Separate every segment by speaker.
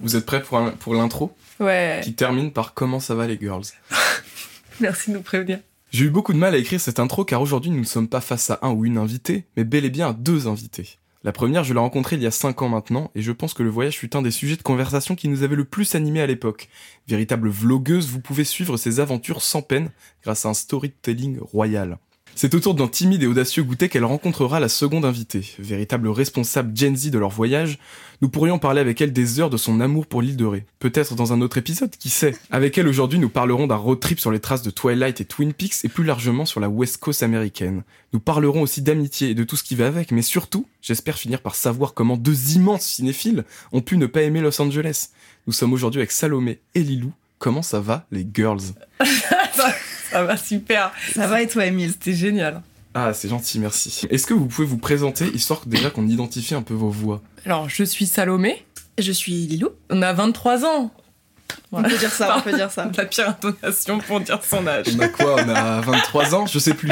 Speaker 1: Vous êtes prêts pour, un- pour l'intro
Speaker 2: Ouais.
Speaker 1: qui termine par Comment ça va les girls
Speaker 2: Merci de nous prévenir.
Speaker 1: J'ai eu beaucoup de mal à écrire cette intro car aujourd'hui nous ne sommes pas face à un ou une invitée, mais bel et bien à deux invités. La première, je l'ai rencontrée il y a 5 ans maintenant, et je pense que le voyage fut un des sujets de conversation qui nous avait le plus animés à l'époque. Véritable vlogueuse, vous pouvez suivre ses aventures sans peine grâce à un storytelling royal. C'est autour d'un timide et audacieux goûter qu'elle rencontrera la seconde invitée, véritable responsable Gen Z de leur voyage, Nous pourrions parler avec elle des heures de son amour pour l'île de Ré. Peut-être dans un autre épisode, qui sait. Avec elle aujourd'hui, nous parlerons d'un road trip sur les traces de Twilight et Twin Peaks et plus largement sur la West Coast américaine. Nous parlerons aussi d'amitié et de tout ce qui va avec, mais surtout, j'espère finir par savoir comment deux immenses cinéphiles ont pu ne pas aimer Los Angeles. Nous sommes aujourd'hui avec Salomé et Lilou. Comment ça va, les girls
Speaker 2: Ça va super.
Speaker 3: Ça va et toi, Emile
Speaker 2: C'était génial.
Speaker 1: Ah, c'est gentil, merci. Est-ce que vous pouvez vous présenter, histoire que déjà qu'on identifie un peu vos voix
Speaker 2: Alors, je suis Salomé.
Speaker 3: Je suis Lilou.
Speaker 2: On a 23 ans.
Speaker 3: On peut dire ça, on peut dire ça.
Speaker 2: La pire intonation pour dire son âge.
Speaker 1: On a quoi On a 23 ans Je sais plus.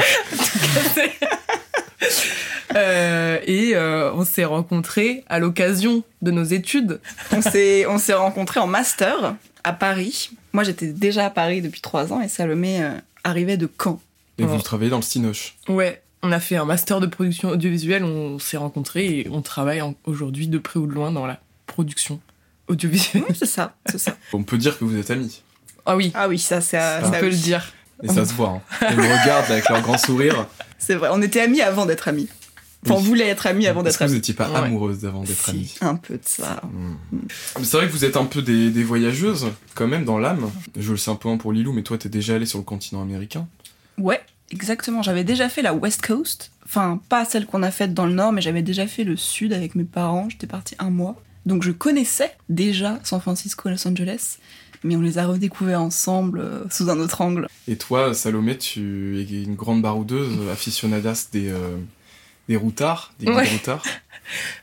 Speaker 2: Euh, et euh, on s'est rencontrés à l'occasion de nos études.
Speaker 3: On s'est, on s'est rencontrés en master à Paris. Moi, j'étais déjà à Paris depuis trois ans et Salomé euh, arrivait de Caen.
Speaker 1: Et vous
Speaker 2: Ouais.
Speaker 1: travaillez dans le Cinoche.
Speaker 2: Ouais. On a fait un master de production audiovisuelle. On s'est rencontrés et on travaille en- aujourd'hui de près ou de loin dans la production audiovisuelle.
Speaker 3: Ouais, c'est ça, c'est ça.
Speaker 1: On peut dire que vous êtes amis.
Speaker 2: Ah oui,
Speaker 3: Ah oui, ça, c'est à-
Speaker 2: on
Speaker 3: ça,
Speaker 2: peut
Speaker 3: oui.
Speaker 2: le dire.
Speaker 1: Et ça se voit. Hein. Ils me regardent avec leur grand sourire.
Speaker 3: C'est vrai, on était amis avant d'être amis. Enfin, on
Speaker 1: Oui.
Speaker 3: voulait être amis avant
Speaker 1: Est-ce
Speaker 3: d'être
Speaker 1: que vous
Speaker 3: amis.
Speaker 1: n'étiez pas
Speaker 2: Ouais.
Speaker 1: amoureuse avant d'être
Speaker 2: Si.
Speaker 1: amie
Speaker 3: Un peu de ça.
Speaker 1: Hmm. Mais C'est vrai que vous êtes un peu des, des voyageuses, quand même, dans l'âme. Je le sais un peu moins pour Lilou, mais toi, t'es déjà allée sur le continent américain.
Speaker 3: Ouais, exactement. J'avais déjà fait la West Coast. Enfin, pas celle qu'on a faite dans le nord, mais j'avais déjà fait le sud avec mes parents. J'étais partie un mois. Donc je connaissais déjà San Francisco et Los Angeles, mais on les a redécouverts ensemble euh, sous un autre angle.
Speaker 1: Et toi, Salomé, tu es une grande baroudeuse, euh, aficionadas des, euh, des routards, des guides
Speaker 2: Ouais.
Speaker 1: routards.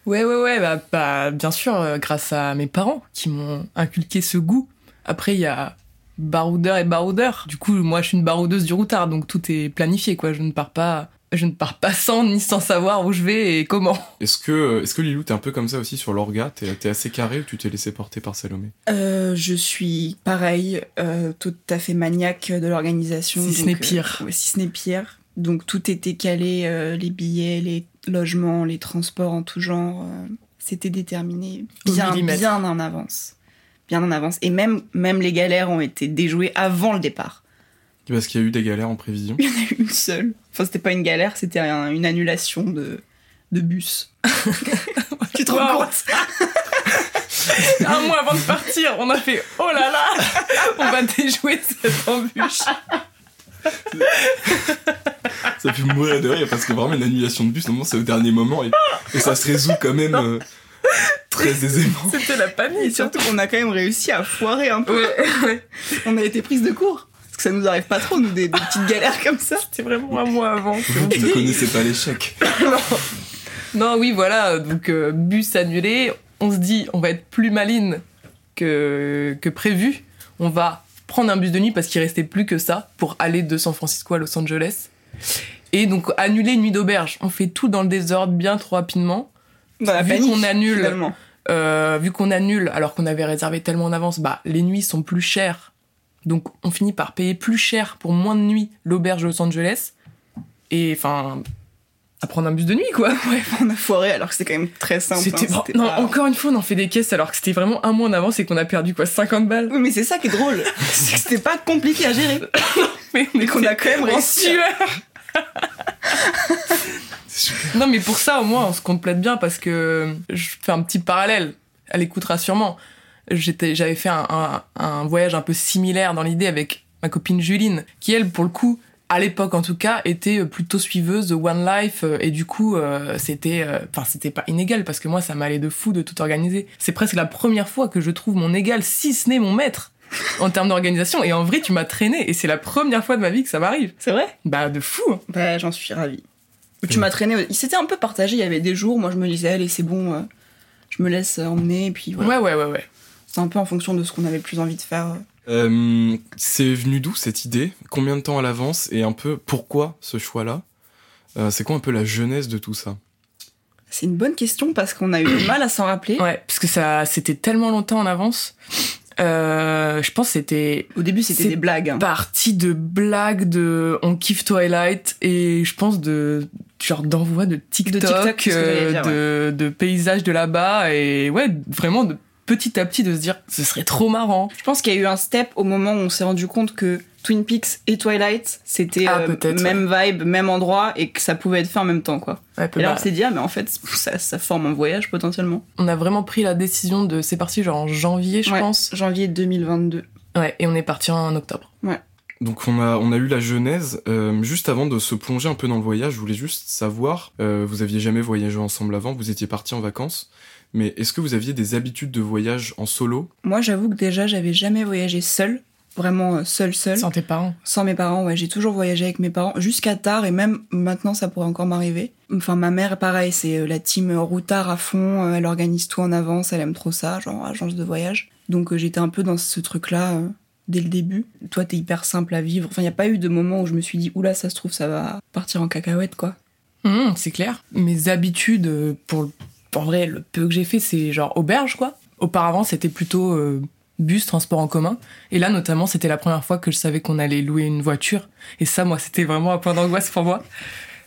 Speaker 2: Ouais, ouais, ouais, bah, bah, bien sûr, euh, grâce à mes parents qui m'ont inculqué ce goût. Après, il y a baroudeur et baroudeur. Du coup, moi, je suis une baroudeuse du routard, donc tout est planifié, quoi. Je ne pars pas, je ne pars pas sans ni sans savoir où je vais et comment.
Speaker 1: Est-ce que, est que Lilou, t'es un peu comme ça aussi sur l'orga T'es t'es assez carré ou tu t'es laissé porter par Salomé
Speaker 3: Euh, je suis pareil, euh, tout à fait maniaque de l'organisation.
Speaker 2: Si ce
Speaker 3: donc,
Speaker 2: n'est
Speaker 3: euh,
Speaker 2: pire.
Speaker 3: ouais, si ce n'est pire. Donc tout était calé, euh, les billets, les logements, les transports en tout genre. euh, C'était déterminé
Speaker 2: Au
Speaker 3: bien,
Speaker 2: millimètre.
Speaker 3: bien en avance. Bien en avance. Et même, même les galères ont été déjouées avant le départ.
Speaker 1: Parce qu'il y a eu des galères en prévision.
Speaker 3: Il y en a eu une seule. Enfin, c'était pas une galère, c'était un- une annulation de, de bus. tu te rends
Speaker 2: Wow.
Speaker 3: compte
Speaker 2: Un mois avant de partir, on a fait oh là là, on va déjouer cette embûche.
Speaker 1: Ça fait mourir de rire parce que vraiment une annulation de bus, normalement c'est au dernier moment et, et ça se résout quand même euh, très aisément.
Speaker 2: C'était la
Speaker 3: Et
Speaker 2: panique.
Speaker 3: surtout qu'on a quand même réussi à foirer un peu.
Speaker 2: Ouais, ouais.
Speaker 3: On a été prise de court. Parce que ça nous arrive pas trop, nous, des, des petites galères comme ça.
Speaker 2: C'était vraiment un mois avant.
Speaker 1: Vous ne connaissez pas l'échec.
Speaker 2: Non, oui, voilà. Donc, euh, bus annulé. On se dit, on va être plus maline que, que prévu. On va prendre un bus de nuit parce qu'il restait plus que ça pour aller de San Francisco à Los Angeles. Et donc, annuler une nuit d'auberge. On fait tout dans le désordre bien trop rapidement.
Speaker 3: Dans la
Speaker 2: Vu
Speaker 3: panique.
Speaker 2: qu'on annule.
Speaker 3: finalement.
Speaker 2: Euh, vu qu'on annule alors qu'on avait réservé tellement en avance, bah, les nuits sont plus chères. Donc, on finit par payer plus cher pour moins de nuits l'auberge de Los Angeles. Et enfin, à prendre un bus de nuit, quoi. Ouais.
Speaker 3: On a foiré alors que c'était quand même très simple.
Speaker 2: C'était
Speaker 3: hein,
Speaker 2: vra-
Speaker 3: c'était
Speaker 2: non,
Speaker 3: pas-
Speaker 2: encore une fois, on en fait des caisses alors que c'était vraiment un mois en avance et qu'on a perdu quoi 50 balles.
Speaker 3: Oui, mais c'est ça qui est drôle. c'est que c'était pas compliqué à gérer.
Speaker 2: Mais on
Speaker 3: Et qu'on a quand même
Speaker 2: était en
Speaker 3: réussi.
Speaker 2: sueur.
Speaker 1: C'est super.
Speaker 2: Non, mais pour ça, au moins, on se complète bien parce que je fais un petit parallèle. Elle écoutera sûrement. J'étais, j'avais fait un, un- un voyage un peu similaire dans l'idée avec ma copine Juline, qui elle, pour le coup, à l'époque en tout cas, était euh, plutôt suiveuse de One Life euh, et du coup, euh, c'était, euh, enfin, c'était pas inégal parce que moi, ça m'allait de fou de tout organiser. C'est presque la première fois que je trouve mon égal, si ce n'est mon maître, en termes d'organisation. Et en vrai, tu m'as traîné et c'est la première fois de ma vie que ça m'arrive.
Speaker 3: C'est vrai
Speaker 2: Bah, de fou. hein.
Speaker 3: Bah, j'en suis ravie. Tu
Speaker 1: Mm.
Speaker 3: m'as traîné. Il s'était un peu partagé. Il y avait des jours, moi je me disais, allez, c'est bon, euh, je me laisse euh, emmener. Et puis voilà.
Speaker 2: Ouais, ouais, ouais, ouais.
Speaker 3: C'est un peu en fonction de ce qu'on avait le plus envie de faire. euh.
Speaker 1: Euh, c'est venu d'où cette idée Combien de temps à l'avance Et un peu pourquoi ce choix-là Euh, C'est quoi un peu la jeunesse de tout ça
Speaker 3: C'est une bonne question parce qu'on a eu du mal à s'en rappeler.
Speaker 2: Ouais, parce que ça, c'était tellement longtemps en avance. Euh, je pense que c'était
Speaker 3: Au début, c'était
Speaker 2: C'est
Speaker 3: des blagues. hein.
Speaker 2: parti de blagues de on kiffe Twilight et je pense de genre d'envoi de TikTok,
Speaker 3: TikTok, c'est ce que j'allais dire,
Speaker 2: euh, de, de paysages de là-bas et ouais, vraiment de petit à petit de se dire ce serait trop marrant.
Speaker 3: Je pense qu'il y a eu un step au moment où on s'est rendu compte que Twin Peaks et Twilight, c'était
Speaker 2: Ah,
Speaker 3: euh,
Speaker 2: peut-être,
Speaker 3: même vibe, même endroit, et que ça pouvait être fait en même temps, quoi.
Speaker 2: Ouais,
Speaker 3: et là,
Speaker 2: bah,
Speaker 3: on s'est dit, ah, mais en fait, ça, ça forme un voyage potentiellement.
Speaker 2: on a vraiment pris la décision de c'est parti genre en janvier je
Speaker 3: Ouais,
Speaker 2: pense.
Speaker 3: Janvier 2022.
Speaker 2: Ouais, et on est parti en octobre.
Speaker 1: Donc on a, on a eu la genèse. Euh, juste avant de se plonger un peu dans le voyage, je voulais juste savoir, euh, vous aviez jamais voyagé ensemble avant, vous étiez partis en vacances, mais est-ce que vous aviez des habitudes de voyage en solo
Speaker 3: Moi, j'avoue que déjà, j'avais jamais voyagé seule. Vraiment euh, seule, seule.
Speaker 2: Sans tes parents.
Speaker 3: Sans mes parents, ouais, j'ai toujours voyagé avec mes parents jusqu'à tard et même maintenant ça pourrait encore m'arriver. Enfin, ma mère, pareil, c'est euh, la team euh, routard à fond, euh, elle organise tout en avance, elle aime trop ça, genre agence de voyage. Donc euh, j'étais un peu dans ce truc-là euh, dès le début. Toi, t'es hyper simple à vivre. Enfin, il n'y a pas eu de moment où je me suis dit, oula, ça se trouve, ça va partir en cacahuète, quoi.
Speaker 2: Hum, c'est clair. Mes habitudes, euh, pour en vrai, le peu que j'ai fait, c'est genre auberge, quoi. Auparavant, c'était plutôt euh, bus, transport en commun. Et là, notamment, c'était la première fois que je savais qu'on allait louer une voiture. Et ça, moi, c'était vraiment un point d'angoisse pour moi.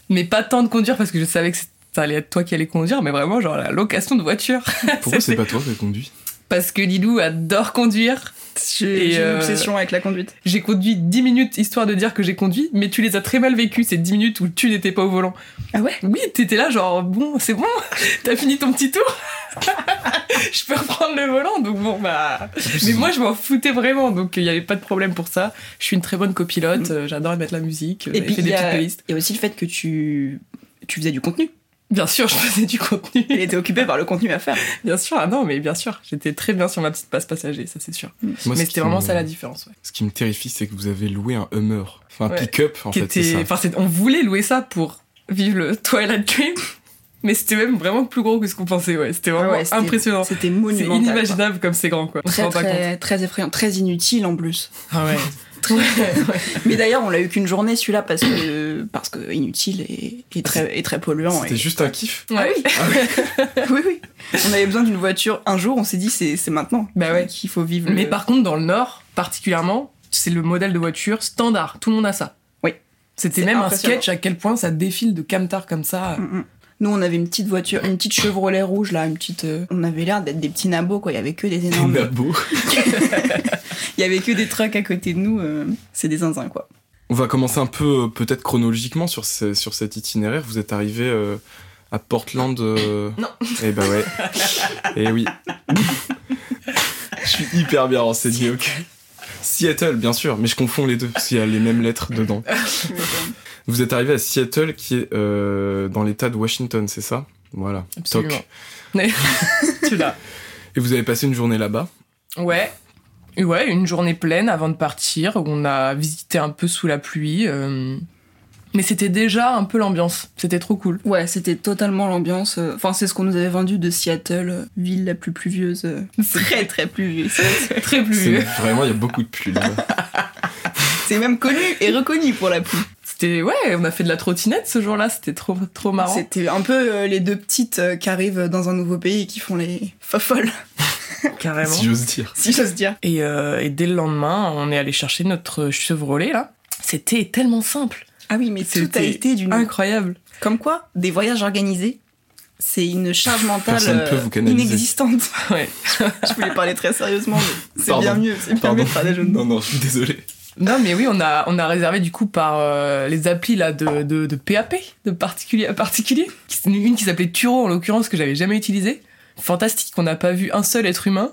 Speaker 2: Mais pas tant de conduire, parce que je savais que ça allait être toi qui allais conduire, mais vraiment, genre, la location de voiture.
Speaker 1: Pourquoi c'est
Speaker 2: C'était-
Speaker 1: pas toi qui as conduit
Speaker 2: Parce que Lilou adore conduire. Et,
Speaker 3: J'ai j'ai
Speaker 2: euh,
Speaker 3: une obsession avec la conduite.
Speaker 2: J'ai conduit 10 minutes histoire de dire que j'ai conduit, mais tu les as très mal vécues ces 10 minutes où tu n'étais pas au volant.
Speaker 3: Ah ouais
Speaker 2: Oui, t'étais là, genre, bon, c'est bon, t'as fini ton petit tour. je peux reprendre le volant, donc bon, bah. Mais moi, je m'en foutais vraiment, donc il n'y avait pas de problème pour ça. Je suis une très bonne copilote, euh, j'adore mettre la musique, euh,
Speaker 3: Et
Speaker 2: j'ai
Speaker 3: puis,
Speaker 2: fait
Speaker 3: il
Speaker 2: des
Speaker 3: y,
Speaker 2: petites
Speaker 3: a-
Speaker 2: playlists.
Speaker 3: il y a aussi le fait que tu, tu faisais du contenu.
Speaker 2: Bien sûr, je faisais du contenu.
Speaker 3: Elle était occupée par le contenu à faire.
Speaker 2: Bien sûr, ah non, mais bien sûr, j'étais très bien sur ma petite passe passager, ça c'est sûr.
Speaker 1: Moi, ce
Speaker 2: mais
Speaker 1: qui
Speaker 2: c'était vraiment
Speaker 1: me-
Speaker 2: ça la différence, ouais.
Speaker 1: Ce qui me terrifie, c'est que vous avez loué un Hummer, enfin un
Speaker 2: Ouais.
Speaker 1: pick-up en
Speaker 2: Qui
Speaker 1: fait, c'est
Speaker 2: était-
Speaker 1: ça.
Speaker 2: Enfin, c'est- on voulait louer ça pour vivre le Twilight Dream, mais c'était même vraiment plus gros que ce qu'on pensait, ouais. C'était vraiment
Speaker 3: ouais, c'était-
Speaker 2: impressionnant.
Speaker 3: C'était
Speaker 2: C'est
Speaker 3: monumental. quoi.
Speaker 2: inimaginable comme c'est grand, quoi. On se
Speaker 3: Très,
Speaker 2: rend pas compte.
Speaker 3: très, très effrayant, très inutile en plus.
Speaker 2: Ah ouais.
Speaker 3: Mais d'ailleurs, on l'a eu qu'une journée celui-là parce que parce que inutile et, et très et très polluant.
Speaker 1: C'était
Speaker 3: et-
Speaker 1: juste un kiff.
Speaker 3: Ah oui. oui, oui. On avait besoin d'une voiture un jour. On s'est dit c'est c'est maintenant.
Speaker 2: Bah ouais.
Speaker 3: Qu'il faut vivre. le-
Speaker 2: Mais par contre, dans le Nord, particulièrement, c'est le modèle de voiture standard. Tout le monde a ça.
Speaker 3: Oui.
Speaker 2: C'était
Speaker 3: C'est
Speaker 2: même un
Speaker 3: impressionnant.
Speaker 2: sketch à quel point ça défile de camtar comme ça.
Speaker 3: Mm, mm. Nous, on avait une petite voiture, une petite Chevrolet rouge là, une petite. euh, on avait l'air d'être des petits nabos quoi. Il y avait que des énormes.
Speaker 1: Nabo.
Speaker 3: Il y avait que des trucks à côté de nous. euh, c'est des zinzins quoi.
Speaker 1: On va commencer un peu euh, peut-être chronologiquement sur, ce- sur cet itinéraire. Vous êtes arrivé euh, à Portland. euh,
Speaker 2: Non.
Speaker 1: Eh bah ouais. Eh oui. je suis hyper bien renseigné, ok. Seattle, bien sûr, mais je confonds les deux, s'il y a les mêmes lettres dedans. Vous êtes arrivé à Seattle, qui est euh, dans l'état de Washington, c'est ça Voilà.
Speaker 2: Absolument.
Speaker 1: Toc.
Speaker 2: Mais- tu l'as.
Speaker 1: Et vous avez passé une journée là-bas.
Speaker 2: Ouais. Ouais, une journée pleine avant de partir. où On a visité un peu sous la pluie. euh, Mais c'était déjà un peu l'ambiance. C'était trop cool.
Speaker 3: Ouais, c'était totalement l'ambiance. euh, Enfin, c'est ce qu'on nous avait vendu de Seattle, euh, ville la plus pluvieuse. euh, Très très pluvieuse.
Speaker 2: Très
Speaker 1: C'est
Speaker 2: pluvieux.
Speaker 1: Vraiment, il y a beaucoup de hein, pluie là-bas.
Speaker 3: C'est même connu et reconnu pour la pluie.
Speaker 2: C'était ouais, on a fait de la trottinette ce jour-là. C'était trop trop marrant.
Speaker 3: C'était un peu euh, les deux petites euh, qui arrivent dans un nouveau pays et qui font les folles,
Speaker 2: Carrément.
Speaker 1: si j'ose dire.
Speaker 3: si j'ose dire.
Speaker 2: Et, euh, et dès le lendemain, on est allé chercher notre Chevrolet là. C'était tellement simple,
Speaker 3: Ah oui, mais tout a
Speaker 2: C'était
Speaker 3: été d'une.
Speaker 2: incroyable.
Speaker 3: Comme quoi, des voyages organisés, c'est une charge mentale
Speaker 1: Personne peut
Speaker 3: euh,
Speaker 1: vous canaliser.
Speaker 3: inexistante.
Speaker 2: Ouais.
Speaker 3: Je voulais parler très sérieusement, mais c'est
Speaker 1: Pardon.
Speaker 3: bien mieux. C'est bien mieux
Speaker 1: Pardon.
Speaker 3: de faire des jeux de mots.
Speaker 1: Non, non, je suis désolé.
Speaker 2: Non mais oui, on a on a réservé du coup par euh, les applis là de, de, de PAP, de particulier à particulier. Qui- Une qui s'appelait Turo en l'occurrence que j'avais jamais utilisée. Fantastique, on n'a pas vu un seul être humain.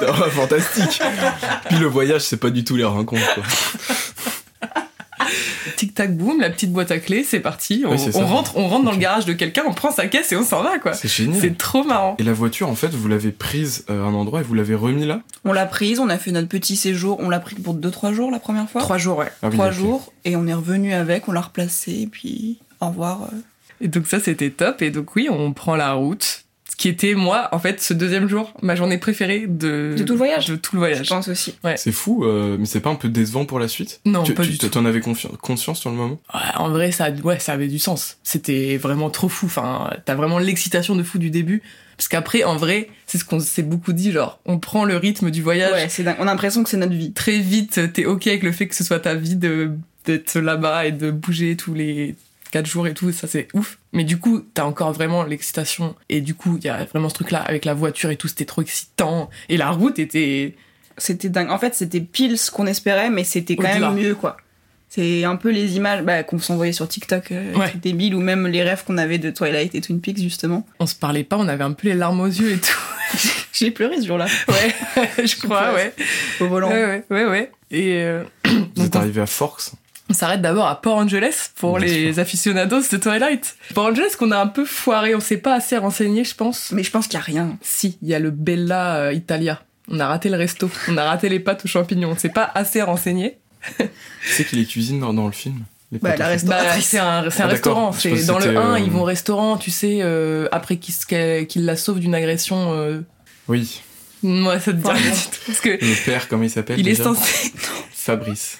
Speaker 1: Oh, fantastique. Puis le voyage, c'est pas du tout les rencontres. Quoi.
Speaker 2: Tic tac boum, la petite boîte à clés, c'est parti. On,
Speaker 1: Oui, c'est ça.
Speaker 2: on rentre on rentre dans le garage de quelqu'un, on prend sa caisse et on s'en va quoi.
Speaker 1: C'est génial.
Speaker 2: C'est trop marrant.
Speaker 1: Et la voiture, en fait, vous l'avez prise euh, à un endroit et vous l'avez remis là
Speaker 3: On l'a prise, on a fait notre petit séjour. On l'a pris pour 2-3 jours la première fois.
Speaker 2: Trois jours ouais.
Speaker 1: Ah oui,
Speaker 3: Trois
Speaker 1: ok.
Speaker 3: jours. Et on est revenu avec, on l'a replacée, et puis au revoir. euh.
Speaker 2: Et donc ça, c'était top. Et donc oui, on prend la route qui était moi, en fait, ce deuxième jour, ma journée préférée de,
Speaker 3: De tout le voyage.
Speaker 2: de tout le voyage.
Speaker 3: Je pense aussi.
Speaker 1: C'est fou, euh, mais c'est pas un peu décevant pour la suite
Speaker 2: Non,
Speaker 1: Tu,
Speaker 2: pas
Speaker 1: tu-
Speaker 2: du tout.
Speaker 1: t'en avais confi- conscience sur le moment
Speaker 2: Ouais, en vrai, ça, ouais, ça avait du sens. C'était vraiment trop fou. Enfin, t'as vraiment l'excitation de fou du début. Parce qu'après, en vrai, c'est ce qu'on s'est beaucoup dit, genre, on prend le rythme du voyage.
Speaker 3: Ouais, c'est dingue. On a l'impression que c'est notre vie.
Speaker 2: Très vite, t'es ok avec le fait que ce soit ta vie de, d'être là-bas et de bouger tous les quatre jours et tout. Ça, c'est ouf. Mais du coup, t'as encore vraiment l'excitation. Et du coup, il y a vraiment ce truc-là avec la voiture et tout. C'était trop excitant. Et la route était,
Speaker 3: C'était dingue. En fait, c'était pile ce qu'on espérait, mais c'était quand
Speaker 2: Au-delà.
Speaker 3: même mieux, quoi. C'est un peu les images bah, qu'on s'envoyait sur TikTok, euh,
Speaker 2: Ouais.
Speaker 3: des débiles, ou même les rêves qu'on avait de Twilight et Twin Peaks, justement.
Speaker 2: on se parlait pas, on avait un peu les larmes aux yeux et tout.
Speaker 3: J'ai pleuré ce jour-là,
Speaker 2: Ouais, je crois, ouais.
Speaker 3: au volant.
Speaker 2: Ouais, ouais, ouais, ouais. Et euh,
Speaker 1: Vous
Speaker 2: Donc,
Speaker 1: êtes arrivé à Forks
Speaker 2: On s'arrête d'abord à Port Angeles pour
Speaker 1: Bien
Speaker 2: les aficionados de Twilight. Port Angeles qu'on a un peu foiré, on s'est pas assez renseigné, je pense.
Speaker 3: Mais je pense qu'il n'y a rien.
Speaker 2: Si, il y a le Bella euh, Italia. On a raté le resto, on a raté les pâtes aux champignons, on s'est pas assez renseigné.
Speaker 1: Tu sais qu'il les cuisine dans, dans le film les
Speaker 3: Bah,
Speaker 1: pâtes
Speaker 3: la
Speaker 1: à-
Speaker 3: restaurant.
Speaker 2: Bah, c'est un, c'est un
Speaker 1: Ah,
Speaker 2: restaurant,
Speaker 1: d'accord. Je pensais
Speaker 2: c'est
Speaker 1: que
Speaker 2: dans le
Speaker 1: c'était,
Speaker 2: 1,
Speaker 1: euh,
Speaker 2: ils vont au restaurant, tu sais, euh, après qu'il se- qu'elle- qu'il la sauve d'une agression. euh,
Speaker 1: Oui,
Speaker 2: Moi, ça te dit
Speaker 3: Pardon.
Speaker 2: rien du tout, parce que
Speaker 1: le père, comment il s'appelle
Speaker 2: il est
Speaker 1: déjà
Speaker 2: censé,
Speaker 1: Fabrice.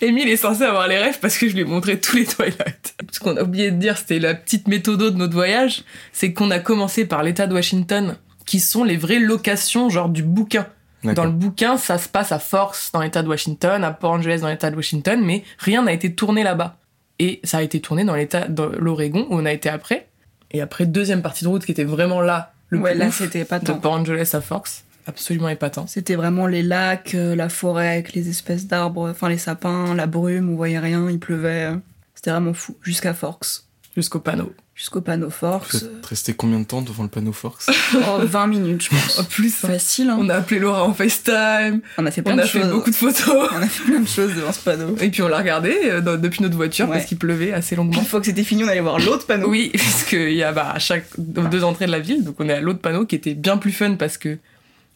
Speaker 2: Emile est censé avoir les rêves parce que je lui ai montré tous les Twilight. Ce qu'on a oublié de dire, c'était la petite méthode de notre voyage, c'est qu'on a commencé par l'État de Washington, qui sont les vraies locations genre du bouquin. Dans
Speaker 1: D'accord.
Speaker 2: le bouquin, ça se passe à Force dans l'État de Washington, à Port Angeles dans l'État de Washington, mais rien n'a été tourné là-bas. Et ça a été tourné dans l'État de l'Oregon, où on a été après. Et après, deuxième partie de route qui était vraiment là, le
Speaker 3: ouais,
Speaker 2: plus
Speaker 3: là,
Speaker 2: ouf,
Speaker 3: c'était pas
Speaker 2: de
Speaker 3: tant.
Speaker 2: Port Angeles à Force. Absolument épatant.
Speaker 3: C'était vraiment les lacs, euh, la forêt avec les espèces d'arbres, enfin les sapins, la brume, on voyait rien, il pleuvait. euh. C'était vraiment fou, jusqu'à Forks.
Speaker 2: Jusqu'au panneau.
Speaker 3: Jusqu'au panneau Forks.
Speaker 1: Vous êtes resté combien de temps devant le panneau Forks
Speaker 3: oh, 20 minutes, je pense.
Speaker 2: En plus,
Speaker 3: Facile, hein.
Speaker 2: on a appelé Laura en FaceTime.
Speaker 3: On a fait plein
Speaker 2: On
Speaker 3: de
Speaker 2: a
Speaker 3: choses.
Speaker 2: fait beaucoup de photos.
Speaker 3: On a fait plein de choses devant ce panneau.
Speaker 2: Et puis on l'a regardé euh, dans- depuis notre voiture
Speaker 3: Ouais.
Speaker 2: parce qu'il pleuvait assez longuement.
Speaker 3: Une fois que c'était fini, on allait voir l'autre panneau.
Speaker 2: Oui, parce qu'il y a bah, à chaque aux deux entrées de la ville, donc on est à l'autre panneau qui était bien plus fun parce que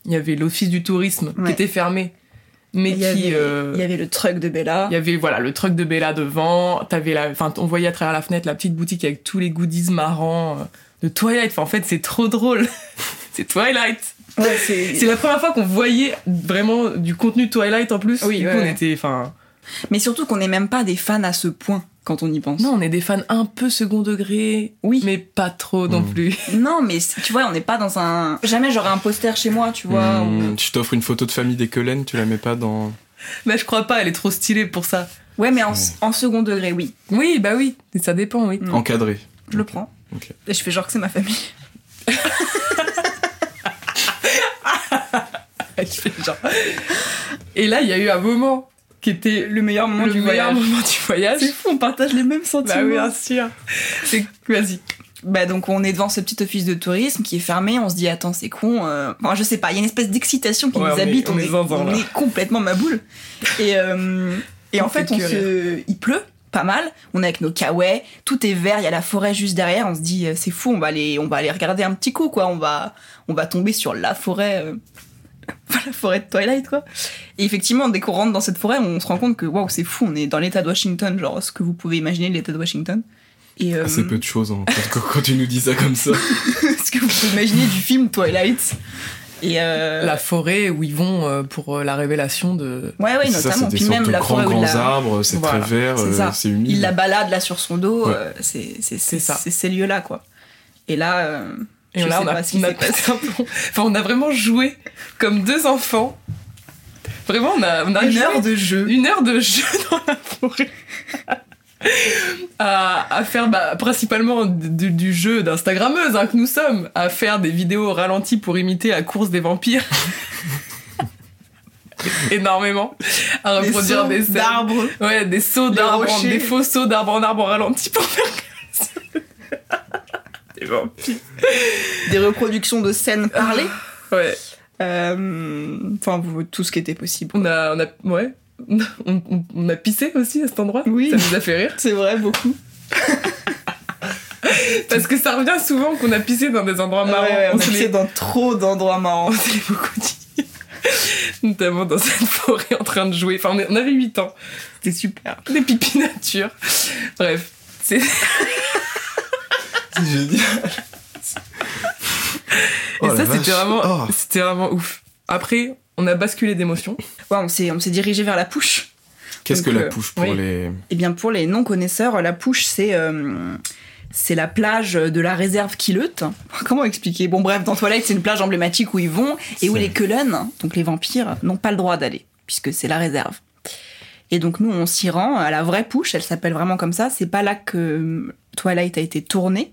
Speaker 2: il y avait l'office du tourisme qui
Speaker 3: Ouais.
Speaker 2: était fermé, mais
Speaker 3: Il
Speaker 2: qui
Speaker 3: y, avait,
Speaker 2: euh,
Speaker 3: il y avait le truck de Bella.
Speaker 2: il y avait voilà le truc de Bella devant, t'avais la, enfin on voyait à travers la fenêtre la petite boutique avec tous les goodies marrants euh, de Twilight. Enfin, en fait c'est trop drôle, c'est Twilight.
Speaker 3: Ouais, c'est-
Speaker 2: C'est la première fois qu'on voyait vraiment du contenu Twilight en plus.
Speaker 3: Oui,
Speaker 2: Du coup,
Speaker 3: ouais,
Speaker 2: on
Speaker 3: ouais.
Speaker 2: était enfin.
Speaker 3: Mais surtout qu'on n'est même pas des fans à ce point quand on y pense.
Speaker 2: Non, on est des fans un peu second degré,
Speaker 3: Oui.
Speaker 2: mais pas trop non
Speaker 1: Mm.
Speaker 2: plus.
Speaker 3: Non, mais c'est- tu vois, on n'est pas dans un. Jamais j'aurais un poster chez moi, tu vois.
Speaker 1: Hmm,
Speaker 3: ou-
Speaker 1: Tu t'offres une photo de famille des Cullen, tu la mets pas dans...
Speaker 2: Bah, je crois pas, elle est trop stylée pour ça.
Speaker 3: Ouais, mais en, en second degré, oui.
Speaker 2: Oui, bah oui, et ça dépend, oui.
Speaker 3: Mm.
Speaker 1: encadrée.
Speaker 3: Je le prends.
Speaker 1: Ok.
Speaker 3: Et je fais genre que c'est ma famille.
Speaker 2: Je fais genre. Et là, il y a eu un moment qui était
Speaker 3: Le meilleur moment
Speaker 2: le
Speaker 3: du
Speaker 2: meilleur
Speaker 3: voyage.
Speaker 2: moment du voyage.
Speaker 3: C'est fou, on partage les mêmes sentiments.
Speaker 2: Bah oui, bien sûr. C'est vas-y.
Speaker 3: Bah donc on est devant ce petit office de tourisme qui est fermé, on se dit attends c'est con, euh, enfin je sais pas, il y a une espèce d'excitation qui
Speaker 2: Ouais,
Speaker 3: nous
Speaker 2: on est-
Speaker 3: habite,
Speaker 2: on est zinzin,
Speaker 3: on
Speaker 2: là.
Speaker 3: est complètement ma boule. Et, euh, et
Speaker 2: On
Speaker 3: en
Speaker 2: fait
Speaker 3: fait on
Speaker 2: que
Speaker 3: se... il pleut pas mal, on est avec nos kawaii, tout est vert, il y a la forêt juste derrière, on se dit euh, c'est fou, on va aller, on va aller regarder un petit coup quoi, on va, on va tomber sur la forêt, euh, enfin, la forêt de Twilight quoi. Et effectivement dès qu'on rentre dans cette forêt on se rend compte que waouh c'est fou, on est dans l'état de Washington, genre ce que vous pouvez imaginer de l'état de Washington. Et,
Speaker 2: Ah,
Speaker 3: euh,
Speaker 1: Assez peu de choses hein, quand, quand tu nous dis ça comme ça.
Speaker 3: ce que vous pouvez imaginer du film Twilight. Et euh,
Speaker 2: La forêt où ils vont euh, pour euh, la révélation de.
Speaker 3: Ouais, ouais,
Speaker 1: C'est ça,
Speaker 3: notamment.
Speaker 1: c'est des
Speaker 3: Puis
Speaker 1: sortes
Speaker 3: même
Speaker 1: de
Speaker 3: la
Speaker 1: grands,
Speaker 3: forêt où
Speaker 1: grands
Speaker 3: il la,
Speaker 1: arbres, c'est
Speaker 2: Voilà,
Speaker 1: très vert,
Speaker 3: c'est
Speaker 1: euh,
Speaker 3: ça.
Speaker 1: c'est humide.
Speaker 3: il la balade là sur son dos.
Speaker 1: Ouais.
Speaker 3: euh, c'est c'est- c'est-
Speaker 2: ça.
Speaker 3: c'est ces lieux-là, quoi. Et là, euh,
Speaker 2: Et
Speaker 3: je
Speaker 2: là,
Speaker 3: sais
Speaker 2: on a,
Speaker 3: pas ce qui
Speaker 2: on a
Speaker 3: s'est passé.
Speaker 2: passé un bon- Enfin, on a vraiment joué comme deux enfants. Vraiment, on a, on a
Speaker 3: une
Speaker 2: joué.
Speaker 3: heure de jeu.
Speaker 2: une heure de jeu dans la forêt à, à faire bah, principalement du, du jeu d'instagrammeuse hein, que nous sommes, à faire des vidéos ralenties pour imiter la course des vampires. Énormément. À reproduire
Speaker 3: sauts
Speaker 2: des scènes.
Speaker 3: d'arbres.
Speaker 2: Ouais, des sauts
Speaker 3: Les
Speaker 2: d'arbres, en-
Speaker 3: rochers.
Speaker 2: des faux sauts d'arbres en arbre en ralenti pour faire des vampires.
Speaker 3: Des reproductions de scènes
Speaker 2: Ah.
Speaker 3: parlées.
Speaker 2: Ouais.
Speaker 3: Euh, Enfin, vous- tout ce qui était possible.
Speaker 2: On a, on a, ouais. On, on- on a pissé aussi à cet endroit.
Speaker 3: Oui.
Speaker 2: Ça nous a fait rire.
Speaker 3: C'est vrai, beaucoup.
Speaker 2: Parce que ça revient souvent qu'on a pissé dans des endroits marrants.
Speaker 3: Ouais, ouais,
Speaker 2: Ah, on
Speaker 3: on a
Speaker 2: se
Speaker 3: pissé
Speaker 2: l'est-
Speaker 3: dans trop d'endroits marrants.
Speaker 2: on se l'est beaucoup dit. Notamment dans cette forêt en train de jouer. Enfin, on est- on avait 8 ans.
Speaker 3: C'était super.
Speaker 2: Des pipis nature. Bref. C'est
Speaker 1: C'est génial. Oh
Speaker 2: et
Speaker 1: la
Speaker 2: ça, c'était
Speaker 1: vache.
Speaker 2: vraiment,
Speaker 1: Oh.
Speaker 2: c'était vraiment ouf. Après, on a basculé d'émotion.
Speaker 3: Ouais, on s'est on s'est dirigé vers la push.
Speaker 1: Qu'est-ce que
Speaker 2: Donc,
Speaker 1: la
Speaker 2: euh,
Speaker 1: push pour
Speaker 2: oui.
Speaker 1: les.
Speaker 3: Eh bien, pour les non-connaisseurs, la push, c'est euh, c'est la plage de la réserve Kileut. Comment expliquer Bon, bref, dans Twilight, c'est une plage emblématique où ils vont et où
Speaker 1: C'est-
Speaker 3: les Cullen, donc les vampires, n'ont pas le droit d'aller, puisque c'est la réserve. Et donc, nous, on s'y rend à la vraie push, elle s'appelle vraiment comme ça. C'est pas là que euh, Twilight a été tournée.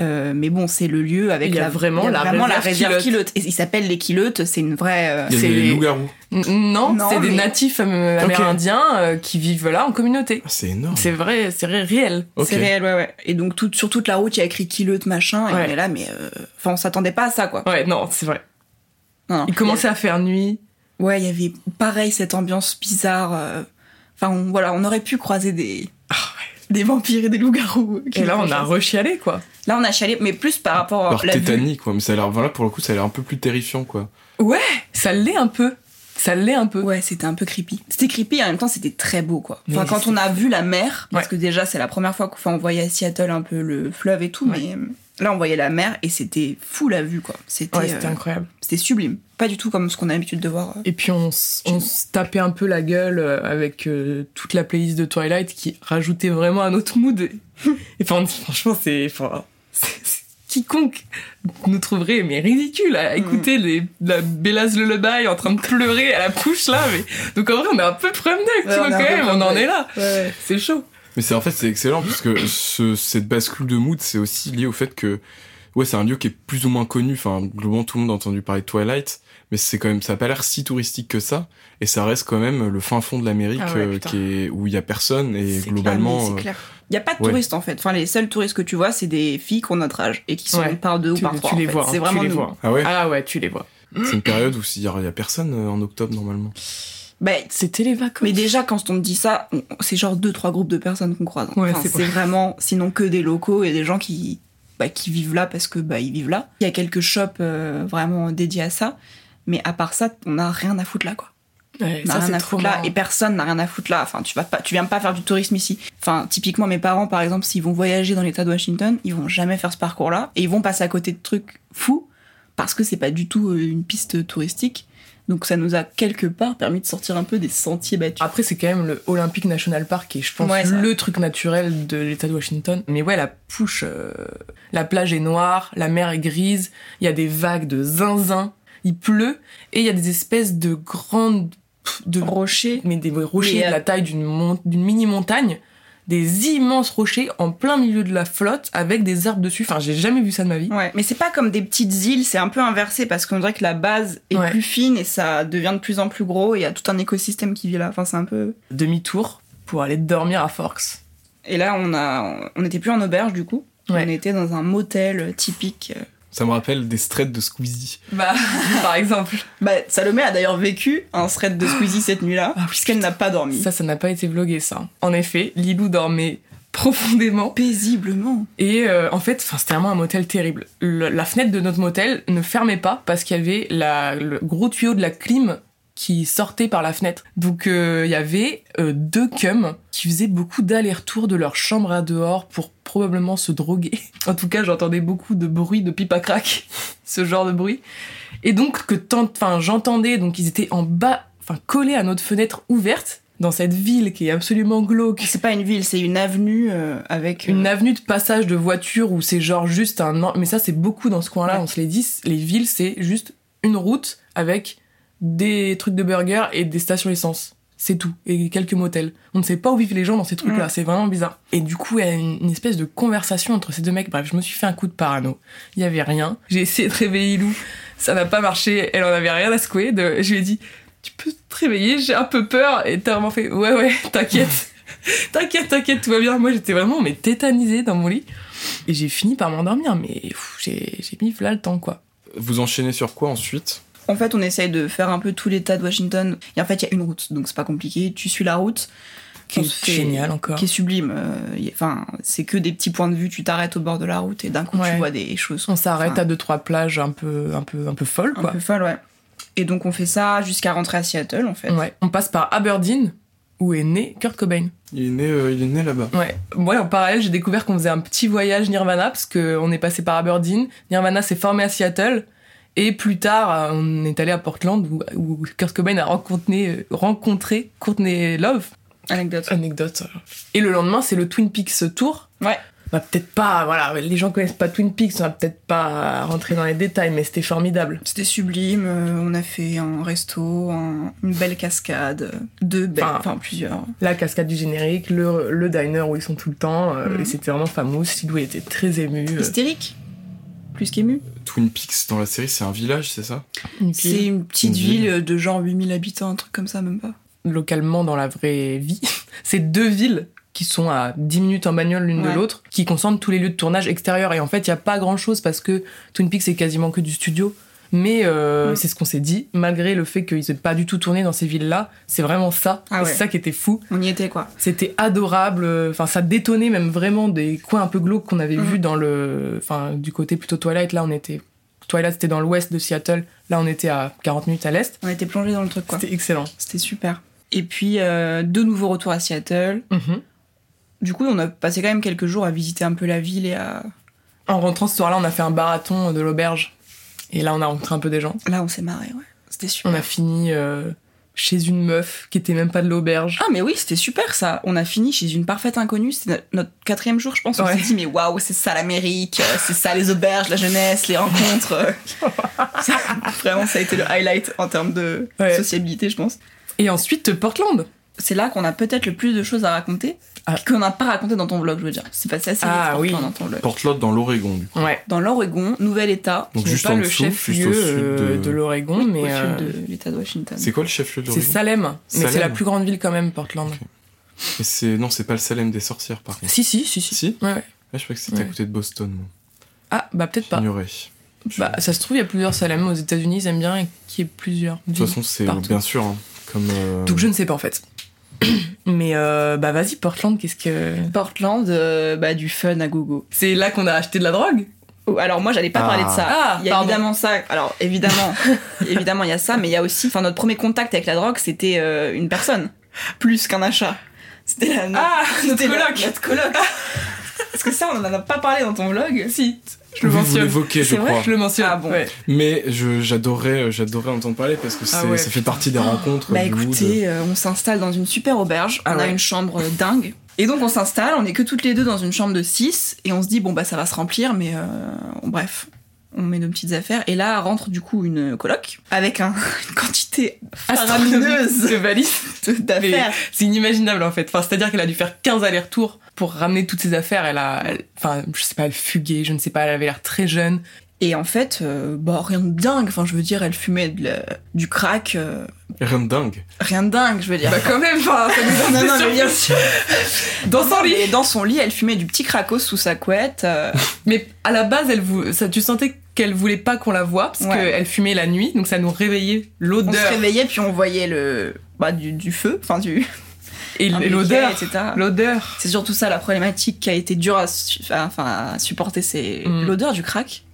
Speaker 3: euh, mais bon, c'est le lieu avec
Speaker 2: Il y a
Speaker 3: la,
Speaker 2: vraiment
Speaker 3: il y a
Speaker 2: la réserve
Speaker 3: réserve Kileut. Et ils s'appellent les Kileut, c'est une vraie. euh,
Speaker 1: Il y a
Speaker 2: c'est
Speaker 1: des
Speaker 2: les-
Speaker 1: loups-garous.
Speaker 2: N- Non,
Speaker 3: Non,
Speaker 2: c'est des
Speaker 3: mais-
Speaker 2: natifs euh,
Speaker 1: Ok.
Speaker 2: amérindiens euh, qui vivent là en communauté.
Speaker 1: Ah, c'est énorme.
Speaker 2: C'est vrai, c'est ré- réel.
Speaker 1: Ok.
Speaker 3: C'est réel, ouais, ouais. Et donc, tout, sur toute la route, il y a écrit Kileut, machin, et
Speaker 2: Ouais.
Speaker 3: on est là, mais. euh, Enfin, on s'attendait pas à ça, quoi.
Speaker 2: Ouais, non, c'est vrai.
Speaker 3: Non, non.
Speaker 2: Il commençait à faire nuit.
Speaker 3: Ouais, il y avait pareil cette ambiance bizarre. euh, Enfin, on, voilà, on aurait pu croiser des,
Speaker 2: Ah
Speaker 3: des vampires et des loups-garous. euh, qui
Speaker 2: Et là, on
Speaker 3: nous
Speaker 2: a
Speaker 3: pourchassent.
Speaker 2: rechialé, quoi.
Speaker 3: Là, on a chialé, mais plus par rapport
Speaker 1: Par
Speaker 3: à la vue.
Speaker 1: tétanie, quoi. Mais ça a l'air. Voilà, pour le coup, ça a l'air un peu plus terrifiant, quoi.
Speaker 2: Ça l'est un peu. Ça l'est un peu.
Speaker 3: Ouais, c'était un peu creepy. C'était creepy et en même temps, c'était très beau, quoi.
Speaker 2: Mais
Speaker 3: Enfin, quand
Speaker 2: c'est-
Speaker 3: on a vu la mer, parce
Speaker 2: Ouais.
Speaker 3: que déjà, c'est la première fois qu'on enfin, on voyait à Seattle un peu le fleuve et tout,
Speaker 2: Ouais.
Speaker 3: mais euh, là, on voyait la mer et c'était fou la vue, quoi. C'était
Speaker 2: Ouais, c'était
Speaker 3: euh,
Speaker 2: incroyable.
Speaker 3: c'était sublime. Pas du tout comme ce qu'on a l'habitude de voir. euh.
Speaker 2: Et puis on, s- on se tapait un peu la gueule euh, avec euh, toute la playlist de Twilight qui rajoutait vraiment un autre mood. Et enfin, franchement, c'est. Enfin, c'est- c'est- quiconque nous trouverait mais ridicule à
Speaker 3: Mm.
Speaker 2: écouter les, la Bellaz Lullaby en train de pleurer à la couche là. Mais... Donc en vrai, on est un peu promené, tu
Speaker 3: Ouais,
Speaker 2: vois,
Speaker 3: on est
Speaker 2: quand
Speaker 3: un peu
Speaker 2: même, on en
Speaker 3: promenés.
Speaker 2: est là. C'est chaud.
Speaker 1: Mais c'est en fait c'est excellent parce que ce, cette bascule de mood c'est aussi lié au fait que ouais c'est un lieu qui est plus ou moins connu. Enfin globalement tout le monde a entendu parler de Twilight, mais c'est quand même ça a pas l'air si touristique que ça et ça reste quand même le fin fond de l'Amérique
Speaker 2: Ah ouais,
Speaker 1: euh,
Speaker 2: putain.
Speaker 1: qui est où il y a personne et
Speaker 2: C'est
Speaker 1: globalement euh,
Speaker 3: Ah, mais c'est clair. Il n'y a pas de
Speaker 1: ouais.
Speaker 3: touristes en fait. Enfin, les seuls touristes que tu vois, c'est des filles qui ont notre âge et qui sont
Speaker 2: Ouais.
Speaker 3: par deux ou
Speaker 2: tu
Speaker 3: par
Speaker 2: tu
Speaker 3: trois. en
Speaker 2: les
Speaker 3: fait.
Speaker 2: vois. hein,
Speaker 3: c'est vraiment
Speaker 2: tu les
Speaker 3: nous.
Speaker 2: vois.
Speaker 1: ah ouais
Speaker 2: Ah ouais, tu les vois.
Speaker 1: c'est une période où il y, a- il y a personne euh, en octobre normalement.
Speaker 3: Bah,
Speaker 2: C'était les vacances.
Speaker 3: mais déjà, quand on te dit ça, on- c'est genre deux, trois groupes de personnes qu'on croise.
Speaker 2: Ouais,
Speaker 3: Enfin,
Speaker 2: c'est
Speaker 3: c'est vraiment, sinon que des locaux et des gens qui, bah, qui vivent là parce que bah, ils vivent là. Il y a quelques shops euh, vraiment dédiés à ça, mais à part ça, on n'a rien à foutre là, quoi.
Speaker 2: Ouais, ça,
Speaker 3: On n'a Bah, rien
Speaker 2: c'est
Speaker 3: à
Speaker 2: trop
Speaker 3: foutre là
Speaker 2: marrant.
Speaker 3: et personne n'a rien à foutre là. Enfin, tu vas pas, tu viens pas faire du tourisme ici. Enfin, typiquement mes parents, par exemple, s'ils vont voyager dans l'État de Washington, ils vont jamais faire ce parcours-là et ils vont passer à côté de trucs fous parce que c'est pas du tout euh, une piste touristique. Donc ça nous a quelque part permis de sortir un peu des sentiers battus.
Speaker 2: Après, c'est quand même le Olympic National Park qui est, je pense,
Speaker 3: Ouais, ça.
Speaker 2: le truc naturel de l'État de Washington. Mais ouais, la pouche, euh, la plage est noire, la mer est grise, il y a des vagues de zinzin, il pleut, et il y a des espèces de grandes... pff, de
Speaker 3: Rocher.
Speaker 2: Mais des rochers
Speaker 3: Mais,
Speaker 2: de
Speaker 3: euh,
Speaker 2: la taille d'une mon- d'une mini-montagne, des immenses rochers en plein milieu de la flotte, avec des arbres dessus. Enfin, j'ai jamais vu ça de ma vie.
Speaker 3: Ouais, mais c'est pas comme des petites îles, c'est un peu inversé parce qu'on dirait que la base est
Speaker 2: Ouais.
Speaker 3: plus fine et ça devient de plus en plus gros et il y a tout un écosystème qui vit là. Enfin, c'est un peu.
Speaker 2: Demi-tour pour aller dormir à Forks.
Speaker 3: Et là, on a, on n'était plus en auberge du coup.
Speaker 2: Ouais.
Speaker 3: On était dans un motel typique. euh,
Speaker 1: Ça me rappelle des threads de Squeezie.
Speaker 2: Bah, par exemple.
Speaker 3: Bah, Salomé a d'ailleurs vécu un thread de Squeezie cette nuit-là,
Speaker 2: Ah oui,
Speaker 3: puisqu'elle n'a pas dormi.
Speaker 2: Ça, ça n'a pas été vlogué, ça. En effet, Lilou dormait profondément.
Speaker 3: Paisiblement.
Speaker 2: Et euh, en fait, 'fin, c'était vraiment un motel terrible. Le- la fenêtre de notre motel ne fermait pas parce qu'il y avait la- le gros tuyau de la clim qui sortait par la fenêtre. Donc euh, il y avait euh, deux cums qui faisaient beaucoup d'allers-retours de leur chambre à dehors pour probablement se droguer. En tout cas, j'entendais beaucoup de bruit de pipe à crack, ce genre de bruit. Et donc que tant, enfin j'entendais, donc ils étaient en bas, enfin collés à notre fenêtre ouverte dans cette ville qui est absolument glauque.
Speaker 3: C'est pas une ville, c'est une avenue euh, avec.
Speaker 2: Une avenue de passage de voitures où c'est genre juste un. en- Mais ça, c'est beaucoup dans ce coin-là,
Speaker 3: Ouais.
Speaker 2: on se les dit. Les villes, c'est juste une route avec des trucs de burgers et des stations essence. C'est tout. Et quelques motels. On ne sait pas où vivent les gens dans ces trucs-là.
Speaker 3: Mm.
Speaker 2: C'est vraiment bizarre. Et du coup, il y a une, une espèce de conversation entre ces deux mecs. Bref, je me suis fait un coup de parano. Il y avait rien. J'ai essayé de réveiller Lou. Ça n'a pas marché. Elle en avait rien à secouer. De... Je lui ai dit, tu peux te réveiller, j'ai un peu peur. Et t'as vraiment fait, ouais, ouais, t'inquiète. t'inquiète, t'inquiète, tout va bien. Moi, j'étais vraiment, mais tétanisée dans mon lit. Et j'ai fini par m'endormir. Mais pff, j'ai j'ai mis là le temps, quoi.
Speaker 1: Vous enchaînez sur quoi ensuite
Speaker 3: En fait, on essaye de faire un peu tout l'état de Washington. Et en fait, il y a une route, donc c'est pas compliqué. Tu suis la route.
Speaker 2: Qui
Speaker 3: On
Speaker 2: est
Speaker 3: se fait-
Speaker 2: génial encore.
Speaker 3: Oh, Qui est sublime. euh, y- Enfin, c'est que des petits points de vue. Tu t'arrêtes au bord de la route et d'un coup,
Speaker 2: Ouais.
Speaker 3: tu vois des choses
Speaker 2: On s'arrête
Speaker 3: Enfin.
Speaker 2: à deux trois plages un peu un peu un peu folles
Speaker 3: un
Speaker 2: quoi.
Speaker 3: peu folles, ouais. Et donc, on fait ça jusqu'à rentrer à Seattle, en fait.
Speaker 2: Ouais. On passe par Aberdeen où est né Kurt Cobain.
Speaker 1: Il est né euh, il est né là-bas.
Speaker 2: Ouais. Moi en parallèle j'ai découvert qu'on faisait un petit voyage Nirvana parce que on est passé par Aberdeen. Nirvana s'est formé à Seattle Et plus tard, euh, on est allé à Portland où, où Kurt Cobain a rencontré, euh, rencontré Courtney Love.
Speaker 3: Anecdote.
Speaker 2: Anecdote. Et le lendemain, c'est le Twin Peaks Tour.
Speaker 3: Ouais.
Speaker 2: On va peut-être pas, voilà, les gens connaissent pas Twin Peaks, on va peut-être pas rentrer dans les détails, mais c'était formidable.
Speaker 3: C'était sublime, euh, on a fait un resto, un- une belle cascade, euh, deux belles,
Speaker 2: Enfin,
Speaker 3: enfin, plusieurs.
Speaker 2: La cascade du générique, le, le diner où ils sont tout le temps, euh,
Speaker 3: Mhm.
Speaker 2: et c'était vraiment fameux. Sidou était très ému. euh,
Speaker 3: Hystérique, plus qu'ému.
Speaker 1: Twin Peaks dans la série, c'est un village, c'est ça
Speaker 2: une
Speaker 3: C'est
Speaker 2: fille,
Speaker 3: une petite
Speaker 1: Une ville.
Speaker 3: ville de genre 8000 habitants, un truc comme ça, même pas.
Speaker 2: localement dans la vraie vie. c'est deux villes qui sont à 10 minutes en bagnole l'une
Speaker 3: Ouais.
Speaker 2: de l'autre, qui concentrent tous les lieux de tournage extérieurs. Et en fait, il n'y a pas grand-chose parce que Twin Peaks, c'est quasiment que du studio. Mais euh,
Speaker 3: Mhm.
Speaker 2: c'est ce qu'on s'est dit, malgré le fait qu'ils aient pas du tout tourné dans ces villes-là, c'est vraiment ça.
Speaker 3: Ah
Speaker 2: Et
Speaker 3: ouais.
Speaker 2: C'est ça qui était fou.
Speaker 3: On y était quoi.
Speaker 2: C'était adorable. Enfin, ça détonnait même vraiment des coins un peu glauques qu'on avait
Speaker 3: Mhm.
Speaker 2: vus dans le. Enfin, du côté plutôt Twilight. Là, on était. Twilight, c'était dans l'ouest de Seattle. Là, on était à 40 minutes à l'est.
Speaker 3: On était plongé dans le truc quoi.
Speaker 2: C'était excellent.
Speaker 3: C'était super. Et puis, euh, de nouveau retour à Seattle.
Speaker 2: Mhm.
Speaker 3: Du coup, on a passé quand même quelques jours à visiter un peu la ville et à.
Speaker 2: En rentrant ce soir-là, on a fait un marathon de l'auberge. Et là, on a rencontré un peu des gens.
Speaker 3: Là, on s'est marré, ouais. C'était super.
Speaker 2: On a fini euh, chez une meuf qui était même pas de l'auberge.
Speaker 3: Ah mais oui, c'était super ça. On a fini chez une parfaite inconnue. C'était no- notre quatrième jour, je pense. On
Speaker 2: Ouais.
Speaker 3: s'est dit mais waouh, c'est ça l'Amérique, euh, c'est ça les auberges, la jeunesse, les rencontres. Ça, vraiment, ça a été le highlight en termes de
Speaker 2: Ouais.
Speaker 3: sociabilité, je pense.
Speaker 2: Et ensuite, Portland.
Speaker 3: C'est là qu'on a peut-être le plus de choses à raconter
Speaker 2: Ah.
Speaker 3: qu'on n'a pas raconté dans ton vlog, je veux dire. C'est passé assez vite
Speaker 2: Ah,
Speaker 3: Portland,
Speaker 2: oui.
Speaker 3: dans ton vlog.
Speaker 1: Portland dans l'Oregon, du coup.
Speaker 2: Ouais.
Speaker 3: Dans l'Oregon, nouvel État,
Speaker 1: Donc
Speaker 2: Qui n'est
Speaker 1: juste
Speaker 2: pas
Speaker 1: en
Speaker 2: le
Speaker 1: dessous, juste
Speaker 2: chef-lieu
Speaker 1: au sud
Speaker 2: euh,
Speaker 1: de...
Speaker 2: de l'Oregon, mais.
Speaker 3: au
Speaker 2: euh,
Speaker 3: sud de l'État de Washington.
Speaker 1: C'est quoi le chef-lieu de
Speaker 2: C'est
Speaker 1: l'Oregon
Speaker 2: Salem, mais c'est
Speaker 1: Salem.
Speaker 2: la plus grande ville quand même, Portland.
Speaker 1: Et c'est- Non, c'est pas le Salem des sorcières, par contre.
Speaker 2: Si, si, si, si.
Speaker 1: Si
Speaker 2: Ouais, ouais.
Speaker 1: Ah, Je crois que c'était à
Speaker 2: Ouais.
Speaker 1: côté de Boston, moi.
Speaker 2: Ah, bah peut-être pas.
Speaker 1: J'ignorais. Je-
Speaker 2: Bah, ça se trouve, il y a plusieurs Salem aux États-Unis, ils aiment bien qu'il y ait plusieurs.
Speaker 1: De toute façon, c'est
Speaker 2: partout.
Speaker 1: bien sûr, hein, comme... euh,
Speaker 2: Donc je ne sais pas en fait. Mais euh, bah vas-y, Portland, qu'est-ce que.
Speaker 3: Portland, euh, bah, du fun à gogo.
Speaker 2: C'est là qu'on a acheté de la drogue
Speaker 3: Oh, Alors moi, j'allais pas
Speaker 1: Ah.
Speaker 3: parler de ça.
Speaker 2: Ah,
Speaker 3: Il y a
Speaker 2: pardon.
Speaker 3: évidemment ça. Alors évidemment, évidemment il y a ça, mais il y a aussi, enfin notre premier contact avec la drogue, c'était euh, une personne plus qu'un achat. C'était la
Speaker 2: Ah,
Speaker 3: c'était
Speaker 2: notre
Speaker 3: la-
Speaker 2: coloc
Speaker 3: notre coloc. Parce que ça, on en a pas parlé dans ton vlog.
Speaker 2: Si, je
Speaker 1: oui,
Speaker 2: le
Speaker 1: vous
Speaker 2: mentionne.
Speaker 1: l'évoquez, je
Speaker 2: C'est vrai
Speaker 1: crois.
Speaker 2: que je le mentionne.
Speaker 3: Ah bon.
Speaker 2: Ouais.
Speaker 1: Mais je- j'adorais, euh, j'adorais entendre parler parce que c'est-
Speaker 2: Ah ouais.
Speaker 1: ça fait partie des rencontres.
Speaker 3: Bah
Speaker 1: du mood.
Speaker 3: écoutez, euh, on s'installe dans une super auberge,
Speaker 2: Ah
Speaker 3: on a
Speaker 2: ouais.
Speaker 3: une chambre euh, dingue. Et donc on s'installe, on est que toutes les deux dans une chambre de 6 et on se dit bon bah ça va se remplir mais euh, on- bref, on met nos petites affaires et là rentre du coup une coloc avec un- une quantité faramineuse
Speaker 2: Astronomique de valise.
Speaker 3: de- d'affaires.
Speaker 2: C'est inimaginable en fait. Enfin, c'est-à-dire qu'elle a dû faire 15 allers-retours pour ramener toutes ses affaires. Elle a, elle- enfin, je sais pas, elle fuguait, je ne sais pas, elle avait l'air très jeune.
Speaker 3: Et en fait, euh, bah, rien de dingue. Enfin, je veux dire, elle fumait de la- du crack. euh,
Speaker 1: Rien de dingue.
Speaker 3: rien de dingue, je veux dire.
Speaker 2: Bah, quand même, enfin, ça nous
Speaker 3: Non, non, mais bien sûr.
Speaker 2: Dans son lit.
Speaker 3: Et dans son lit, elle fumait du petit cracos sous sa couette. euh,
Speaker 2: Mais à la base, elle vou- ça, tu sentais qu'elle voulait pas qu'on la voie parce
Speaker 3: Ouais.
Speaker 2: qu'elle fumait la nuit, donc ça nous réveillait
Speaker 3: on se
Speaker 2: l'odeur
Speaker 3: réveillait, puis on voyait le bah, du, du feu, enfin du
Speaker 2: et
Speaker 3: un briquet,
Speaker 2: l'odeur,
Speaker 3: etc.
Speaker 2: l'odeur.
Speaker 3: C'est surtout ça la problématique qui a été dure à, su- à- enfin, à supporter, c'est
Speaker 2: Mm.
Speaker 3: l'odeur du crack.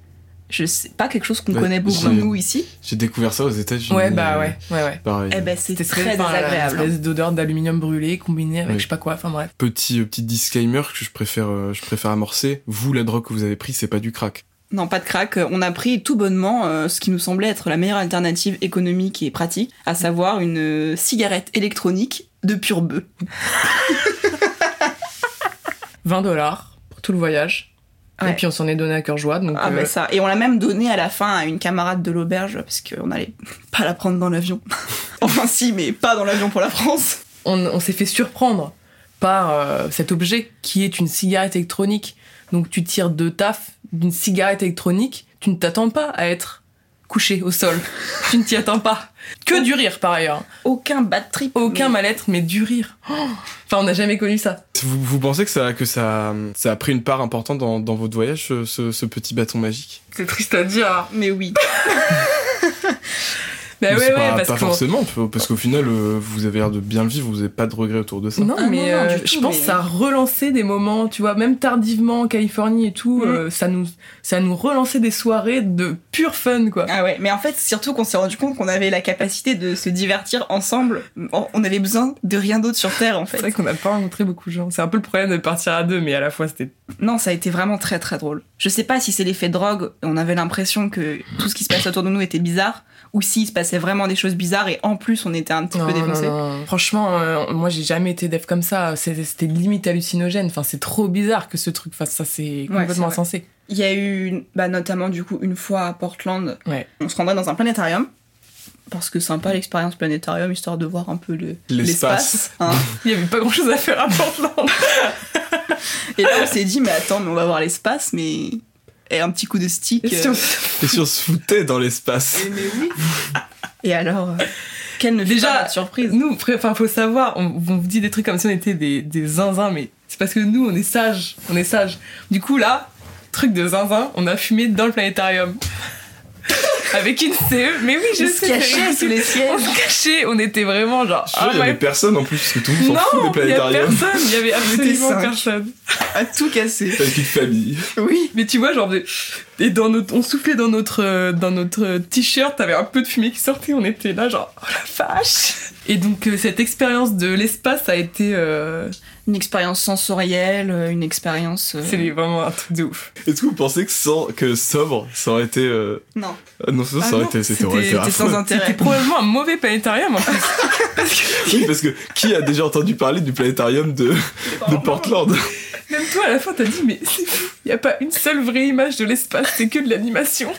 Speaker 3: Je sais pas quelque chose qu'on
Speaker 1: Ouais,
Speaker 3: connaît beaucoup
Speaker 1: j'ai-
Speaker 3: nous ici.
Speaker 1: J'ai découvert ça aux États-Unis.
Speaker 2: Ouais, bah
Speaker 1: euh,
Speaker 2: ouais, ouais, ouais.
Speaker 1: Pareil.
Speaker 3: Eh ben, c'est très,
Speaker 2: enfin,
Speaker 3: désagréable.
Speaker 2: Espèce d'odeur d'aluminium brûlé combinée avec
Speaker 1: Oui.
Speaker 2: je sais pas quoi. Enfin bref.
Speaker 1: Petit euh, petit disclaimer que je préfère, euh, je préfère amorcer. Vous, la drogue que vous avez prise, c'est pas du crack.
Speaker 3: Non, pas de crack. On a pris tout bonnement euh, ce qui nous semblait être la meilleure alternative économique et pratique, à savoir une euh, cigarette électronique de pur bœuf.
Speaker 2: 20 dollars pour tout le voyage. Et
Speaker 3: Ouais.
Speaker 2: puis on s'en est donné à cœur joie. Donc
Speaker 3: Ah
Speaker 2: euh,
Speaker 3: bah ça. Et on l'a même donné à la fin à une camarade de l'auberge, parce qu'on n'allait pas la prendre dans l'avion. enfin si, mais pas dans l'avion pour la France.
Speaker 2: on, on s'est fait surprendre par euh, cet objet qui est une cigarette électronique. Donc tu tires deux taf d'une cigarette électronique, tu ne t'attends pas à être couché au sol. tu ne t'y attends pas. Que du rire par ailleurs.
Speaker 3: Aucun bad trip.
Speaker 2: Aucun
Speaker 3: mais-
Speaker 2: mal-être, mais du rire. Oh enfin, on n'a jamais connu ça.
Speaker 1: Vous, vous pensez que ça, que ça, ça a pris une part importante dans, dans votre voyage, ce, ce- ce petit bâton magique
Speaker 2: C'est triste à dire.
Speaker 3: Mais oui.
Speaker 2: Bah
Speaker 1: Mais
Speaker 2: ouais,
Speaker 1: c'est
Speaker 2: ouais,
Speaker 1: pas,
Speaker 2: parce
Speaker 1: pas
Speaker 2: qu'on-
Speaker 1: forcément, parce qu'au final, euh, vous avez l'air de bien le vivre, vous n'avez pas de regrets autour de ça.
Speaker 2: Non,
Speaker 3: Ah, non,
Speaker 2: mais
Speaker 3: non,
Speaker 2: euh,
Speaker 3: du
Speaker 2: je
Speaker 3: tout,
Speaker 2: pense
Speaker 3: mais-
Speaker 2: que ça a relancé des moments, tu vois, même tardivement en Californie et tout,
Speaker 3: Mhm.
Speaker 2: euh, ça nous ça nous relançait des soirées de pur fun, quoi.
Speaker 3: Ah ouais, mais en fait, surtout qu'on s'est rendu compte qu'on avait la capacité de se divertir ensemble. On avait besoin de rien d'autre sur Terre, en
Speaker 2: C'est
Speaker 3: fait.
Speaker 2: vrai qu'on n'a pas rencontré beaucoup de gens. C'est un peu le problème de partir à deux, mais à la fois c'était.
Speaker 3: Non, ça a été vraiment très très drôle. Je sais pas si c'est l'effet drogue, on avait l'impression que tout ce qui se passait autour de nous était bizarre, ou s'il se passait vraiment des choses bizarres et en plus on était un petit peu défoncé.
Speaker 2: Franchement, euh, moi j'ai jamais été dev comme ça. C'était c'était limite hallucinogène. Enfin, c'est trop bizarre que ce truc fasse ça. C'est
Speaker 3: c'est
Speaker 2: complètement
Speaker 3: vrai.
Speaker 2: insensé.
Speaker 3: Il y a eu une- bah, notamment du coup une fois à Portland,
Speaker 2: Ouais.
Speaker 3: on se rendrait dans un planétarium. Parce que sympa l'expérience planétarium, histoire de voir un peu le-
Speaker 1: L'espace.
Speaker 3: l'espace. hein.
Speaker 2: Il y avait pas grand chose à faire à Portland.
Speaker 3: Et là on s'est dit, mais attends, mais on va voir l'espace, mais. Et un petit coup de stick.
Speaker 2: Et si
Speaker 3: euh,
Speaker 2: on-
Speaker 1: Et si on se foutait dans l'espace
Speaker 3: Et alors, euh, quelle ne fut
Speaker 2: Déjà,
Speaker 3: pas la surprise
Speaker 2: Nous, fr- enfin, faut savoir, on, on vous dit des trucs comme si on était des, des zinzins, mais c'est parce que nous, on est sages, on est sages. Du coup, là, truc de zinzin, on a fumé dans le planétarium. Avec une CE, mais oui, je
Speaker 3: On
Speaker 2: sais.
Speaker 3: se cachait
Speaker 2: c'est
Speaker 3: sous les E.
Speaker 2: On
Speaker 3: sièges.
Speaker 2: se cachait, on était vraiment genre.
Speaker 1: Je suis sûr,
Speaker 2: oh
Speaker 1: Ah, il y avait
Speaker 2: my-
Speaker 1: personne en plus, parce que tout le monde s'en fout
Speaker 2: Non,
Speaker 1: des
Speaker 2: il y a
Speaker 1: planétariums.
Speaker 2: personne, il y avait absolument
Speaker 3: cinq.
Speaker 2: personne.
Speaker 3: À tout casser.
Speaker 1: T'as une petite famille.
Speaker 3: Oui.
Speaker 2: Mais tu vois, genre, des- et dans notre, on soufflait dans notre, euh, dans notre euh, t-shirt, t'avais un peu de fumée qui sortait, on était là, genre, oh la vache! Et donc, euh, cette expérience de l'espace a été, euh,
Speaker 3: Une expérience sensorielle, euh, une expérience. euh,
Speaker 2: c'est vraiment un truc de ouf.
Speaker 1: Est-ce que vous pensez que, sans, que sobre, ça aurait été. euh,
Speaker 3: Non.
Speaker 1: ah Non, ça,
Speaker 2: Ah
Speaker 1: ça aurait
Speaker 2: non,
Speaker 1: été. C'était aurait été
Speaker 3: c'était- c'était
Speaker 1: affreux.
Speaker 3: sans intérêt.
Speaker 2: C'était probablement un mauvais planétarium, en fait.
Speaker 1: Oui, parce que qui a déjà entendu parler du planétarium de,
Speaker 2: Oh
Speaker 1: de Portland
Speaker 2: Même toi, à la fin, t'as dit, mais c'est fou, y a pas une seule vraie image de l'espace, c'est que de l'animation.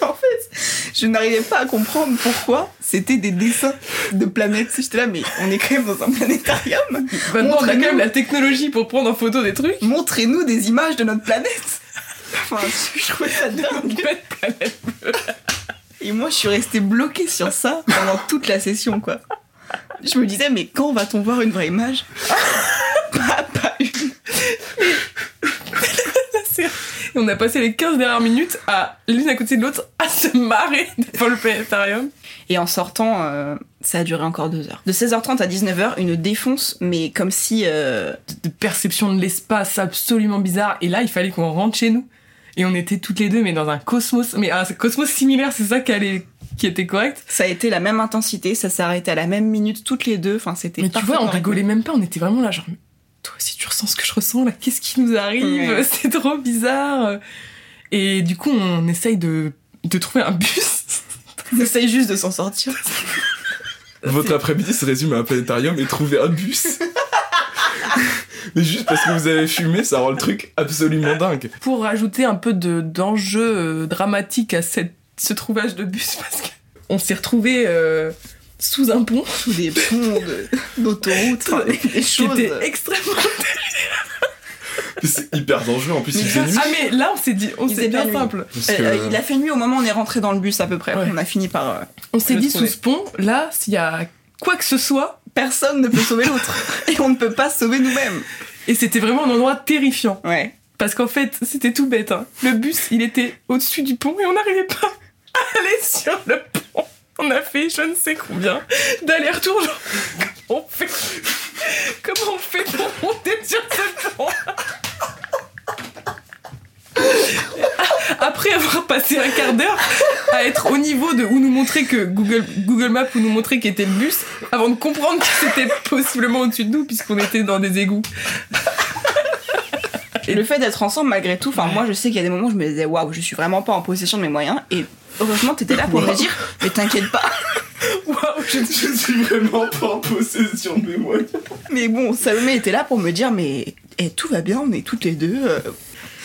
Speaker 3: en fait, je n'arrivais pas à comprendre pourquoi c'était des dessins de planètes. J'étais là, mais on est quand même dans un planétarium.
Speaker 2: Maintenant, on a quand
Speaker 3: Montrez-nous.
Speaker 2: même la technologie pour prendre en photo des trucs.
Speaker 3: Montrez-nous des images de notre planète. Enfin, je, je trouvais ça dingue.
Speaker 2: Pas de planète.
Speaker 3: Et moi, je suis restée bloquée sur ça pendant toute la session, quoi. Je me disais, mais quand va-t-on voir une vraie image pas, pas une.
Speaker 2: Et on a passé les 15 dernières minutes à, l'une à côté de l'autre, à se marrer devant le planétarium.
Speaker 3: Et en sortant, euh, ça a duré encore deux heures. De 16h30 à 19h, une défonce, mais comme si. euh,
Speaker 2: de perception de l'espace absolument bizarre. Et là, il fallait qu'on rentre chez nous. Et on était toutes les deux, mais dans un cosmos, mais un cosmos similaire, c'est ça qui, allait- qui était correct.
Speaker 3: ça a été la même intensité, ça s'est arrêté à la même minute toutes les deux. Enfin, c'était.
Speaker 2: Mais tu vois, on
Speaker 3: parfaitement
Speaker 2: rigolait même pas, on était vraiment là, genre, mais toi aussi tu ressens ce que je ressens là, qu'est-ce qui nous arrive
Speaker 3: Ouais.
Speaker 2: C'est trop bizarre. Et du coup, on essaye de, de trouver un bus.
Speaker 3: On essaye juste de s'en sortir.
Speaker 1: Votre après-midi se résume à un planétarium et trouver un bus. Mais juste parce que vous avez fumé, ça rend le truc absolument dingue.
Speaker 2: pour rajouter un peu de d'enjeu euh, dramatique à cette, ce trouvage de bus, parce que on s'est retrouvés euh, sous un pont.
Speaker 3: Sous des ponts de- d'autoroute, enfin, des, des
Speaker 2: qui
Speaker 3: choses.
Speaker 2: était extrêmement
Speaker 1: C'est hyper dangereux, en plus
Speaker 3: Mais
Speaker 1: il faisait
Speaker 3: ça,
Speaker 1: nuit.
Speaker 2: Ah mais là on s'est dit, on
Speaker 3: Il
Speaker 2: s'est
Speaker 3: s'est
Speaker 2: bien
Speaker 3: pas nuit.
Speaker 2: simple.
Speaker 1: parce
Speaker 3: Euh,
Speaker 1: que-
Speaker 3: euh, il a fait nuit au moment où on est rentré dans le bus à peu près.
Speaker 2: Ouais.
Speaker 3: On a fini par. euh,
Speaker 2: On s'est
Speaker 3: Le
Speaker 2: dit sous
Speaker 3: trouver.
Speaker 2: ce pont, là s'il y a quoi que ce soit,
Speaker 3: personne ne peut sauver l'autre. Et on ne peut pas se sauver nous-mêmes.
Speaker 2: et c'était vraiment un endroit terrifiant.
Speaker 3: Ouais.
Speaker 2: Parce qu'en fait c'était tout bête. hein. Le bus il était au-dessus du pont et on n'arrivait pas à aller sur le pont. On a fait je ne sais combien d'allers-retours. genre, Comment on fait Comment on fait pour monter sur ce pont Après avoir passé un quart d'heure à être au niveau de où nous montrer que Google, Google Maps où nous montrer qu'était le bus, avant de comprendre que c'était possiblement au-dessus de nous puisqu'on était dans des égouts.
Speaker 3: Et le fait d'être ensemble malgré tout, enfin moi je sais qu'il y a des moments où je me disais waouh, je suis vraiment pas en possession de mes moyens et heureusement t'étais là pour me dire mais t'inquiète pas.
Speaker 2: Waouh, je
Speaker 1: Je suis vraiment pas en possession de mes moyens.
Speaker 3: Mais bon, Salomé était là pour me dire mais eh, tout va bien, on est toutes les deux. euh.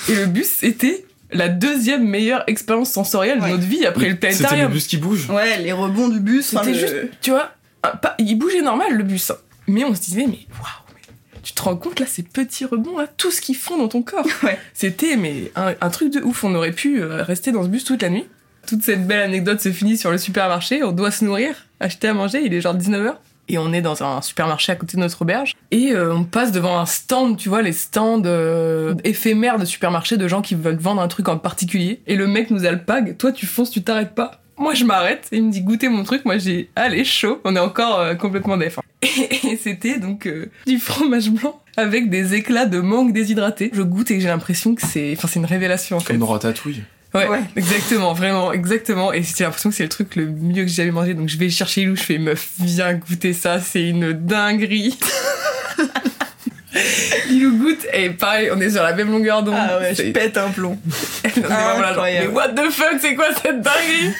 Speaker 2: Et le bus était la deuxième meilleure expérience sensorielle
Speaker 3: Ouais.
Speaker 2: de notre vie après le
Speaker 1: C'était le
Speaker 2: planétarium.
Speaker 1: bus qui bouge.
Speaker 3: Ouais, les rebonds du bus, enfin,
Speaker 2: C'était
Speaker 3: le-
Speaker 2: juste, tu vois, un pas- il bougeait normal le bus. hein. Mais on se disait, mais waouh, mais tu te rends compte là, ces petits rebonds là, tout ce qu'ils font dans ton corps.
Speaker 3: Ouais.
Speaker 2: C'était mais un, un truc de ouf. On aurait pu euh, rester dans ce bus toute la nuit. Toute cette belle anecdote se finit sur le supermarché. On doit se nourrir, acheter à manger. Il est genre 19h. Et on est dans un supermarché à côté de notre auberge. Et euh, on passe devant un stand, tu vois, les stands euh, éphémères de supermarché de gens qui veulent vendre un truc en particulier. Et le mec nous alpague. Toi, tu fonces, tu t'arrêtes pas. Moi, je m'arrête. Il me dit goûtez mon truc. Moi, j'ai allez chaud. On est encore euh, complètement défunt. Et c'était donc euh, du fromage blanc avec des éclats de mangue déshydraté. Je goûte et j'ai l'impression que c'est, enfin, c'est une révélation en fait.
Speaker 1: Comme dans Ratatouille.
Speaker 2: Ouais,
Speaker 3: Ouais.
Speaker 2: exactement, vraiment, exactement. Et j'ai l'impression que c'est le truc le mieux que j'ai jamais mangé. Donc je vais chercher Lou, je fais meuf, viens goûter ça, c'est une dinguerie. Lilou goûte et pareil, on est sur la même longueur d'onde.
Speaker 3: Ah ouais, je
Speaker 2: C'est-
Speaker 3: pète un plomb.
Speaker 2: on est vraiment là, genre, mais
Speaker 3: Incroyable.
Speaker 2: what the fuck, c'est quoi cette dinguerie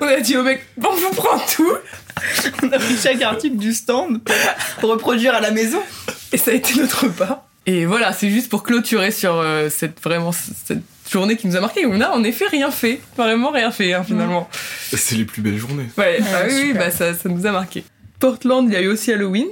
Speaker 2: On a dit au mec, bon, je vous prends tout.
Speaker 3: On a pris chaque article du stand pour reproduire à la maison.
Speaker 2: Et ça a été notre repas. Et voilà, c'est juste pour clôturer sur euh, cette vraiment cette journée qui nous a marqué. On a en effet rien fait, vraiment rien fait hein, finalement.
Speaker 1: C'est les plus belles journées.
Speaker 2: Ouais,
Speaker 3: Ouais,
Speaker 2: ah oui, oui,
Speaker 3: super.
Speaker 2: bah ça, ça nous a marqué. Portland, il y a eu aussi Halloween.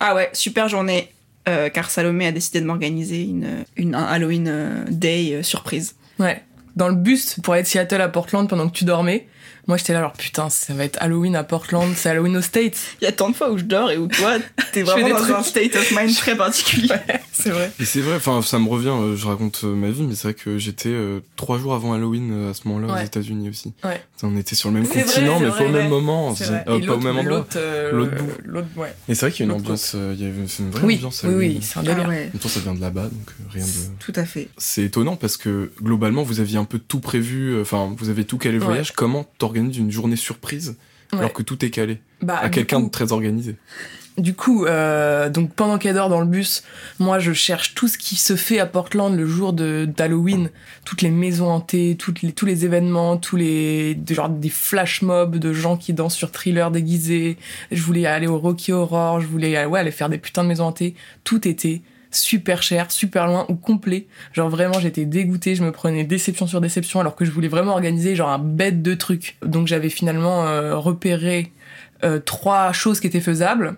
Speaker 3: Ah ouais, super journée. euh, car Salomé a décidé de m'organiser une, une, un Halloween euh, Day euh, surprise.
Speaker 2: Ouais. Dans le bus pour aller de Seattle à Portland pendant que tu dormais. Moi j'étais là, alors putain, ça va être Halloween à Portland, c'est Halloween aux States.
Speaker 3: Il y a tant de fois où je dors et où toi, t'es vraiment
Speaker 2: des
Speaker 3: dans
Speaker 2: trucs.
Speaker 3: un state of mind très particulier.
Speaker 2: C'est vrai.
Speaker 1: Et c'est vrai, enfin, ça me revient, euh, je raconte euh, ma vie, mais c'est vrai que j'étais euh, trois jours avant Halloween euh, à ce moment-là aux
Speaker 2: Ouais.
Speaker 1: États-Unis aussi.
Speaker 2: Ouais.
Speaker 1: On était sur le même
Speaker 2: C'est vrai,
Speaker 1: continent,
Speaker 2: c'est
Speaker 1: mais
Speaker 2: vrai,
Speaker 1: pas au même
Speaker 2: ouais.
Speaker 1: moment.
Speaker 2: C'est
Speaker 1: c'est-
Speaker 2: vrai.
Speaker 1: euh, pas
Speaker 2: Et
Speaker 1: au
Speaker 2: l'autre-
Speaker 1: même endroit.
Speaker 2: L'autre, euh,
Speaker 1: L'autre bout.
Speaker 2: l'autre, ouais.
Speaker 1: Et c'est vrai qu'il y a une
Speaker 2: l'autre
Speaker 1: ambiance, euh, il y avait c'est une vraie
Speaker 2: Oui,
Speaker 1: ambiance.
Speaker 2: oui,
Speaker 1: Halloween.
Speaker 2: oui, c'est un délire.
Speaker 3: Ah ouais,
Speaker 1: En même temps, ça vient de là-bas, donc euh, rien de.
Speaker 3: tout à fait.
Speaker 1: C'est étonnant parce que globalement, vous aviez un peu tout prévu, euh, enfin, vous avez tout calé le
Speaker 2: Ouais.
Speaker 1: voyage. Comment t'organises une journée surprise
Speaker 2: Ouais.
Speaker 1: alors que tout est calé
Speaker 2: Bah,
Speaker 1: à
Speaker 2: du
Speaker 1: quelqu'un
Speaker 2: coup-
Speaker 1: de très organisé
Speaker 2: Du coup, euh, donc pendant qu'elle dort dans le bus, moi je cherche tout ce qui se fait à Portland le jour de d'Halloween, toutes les maisons hantées, toutes les, tous les événements, tous les de- genre des flash mobs de gens qui dansent sur Thriller déguisés. Je voulais aller au Rocky Horror, je voulais aller, ouais, aller faire des putains de maisons hantées. Tout était super cher, super loin ou complet. Genre vraiment j'étais dégoûtée, je me prenais déception sur déception alors que je voulais vraiment organiser genre un bête de trucs. Donc j'avais finalement euh, repéré euh, trois choses qui étaient faisables.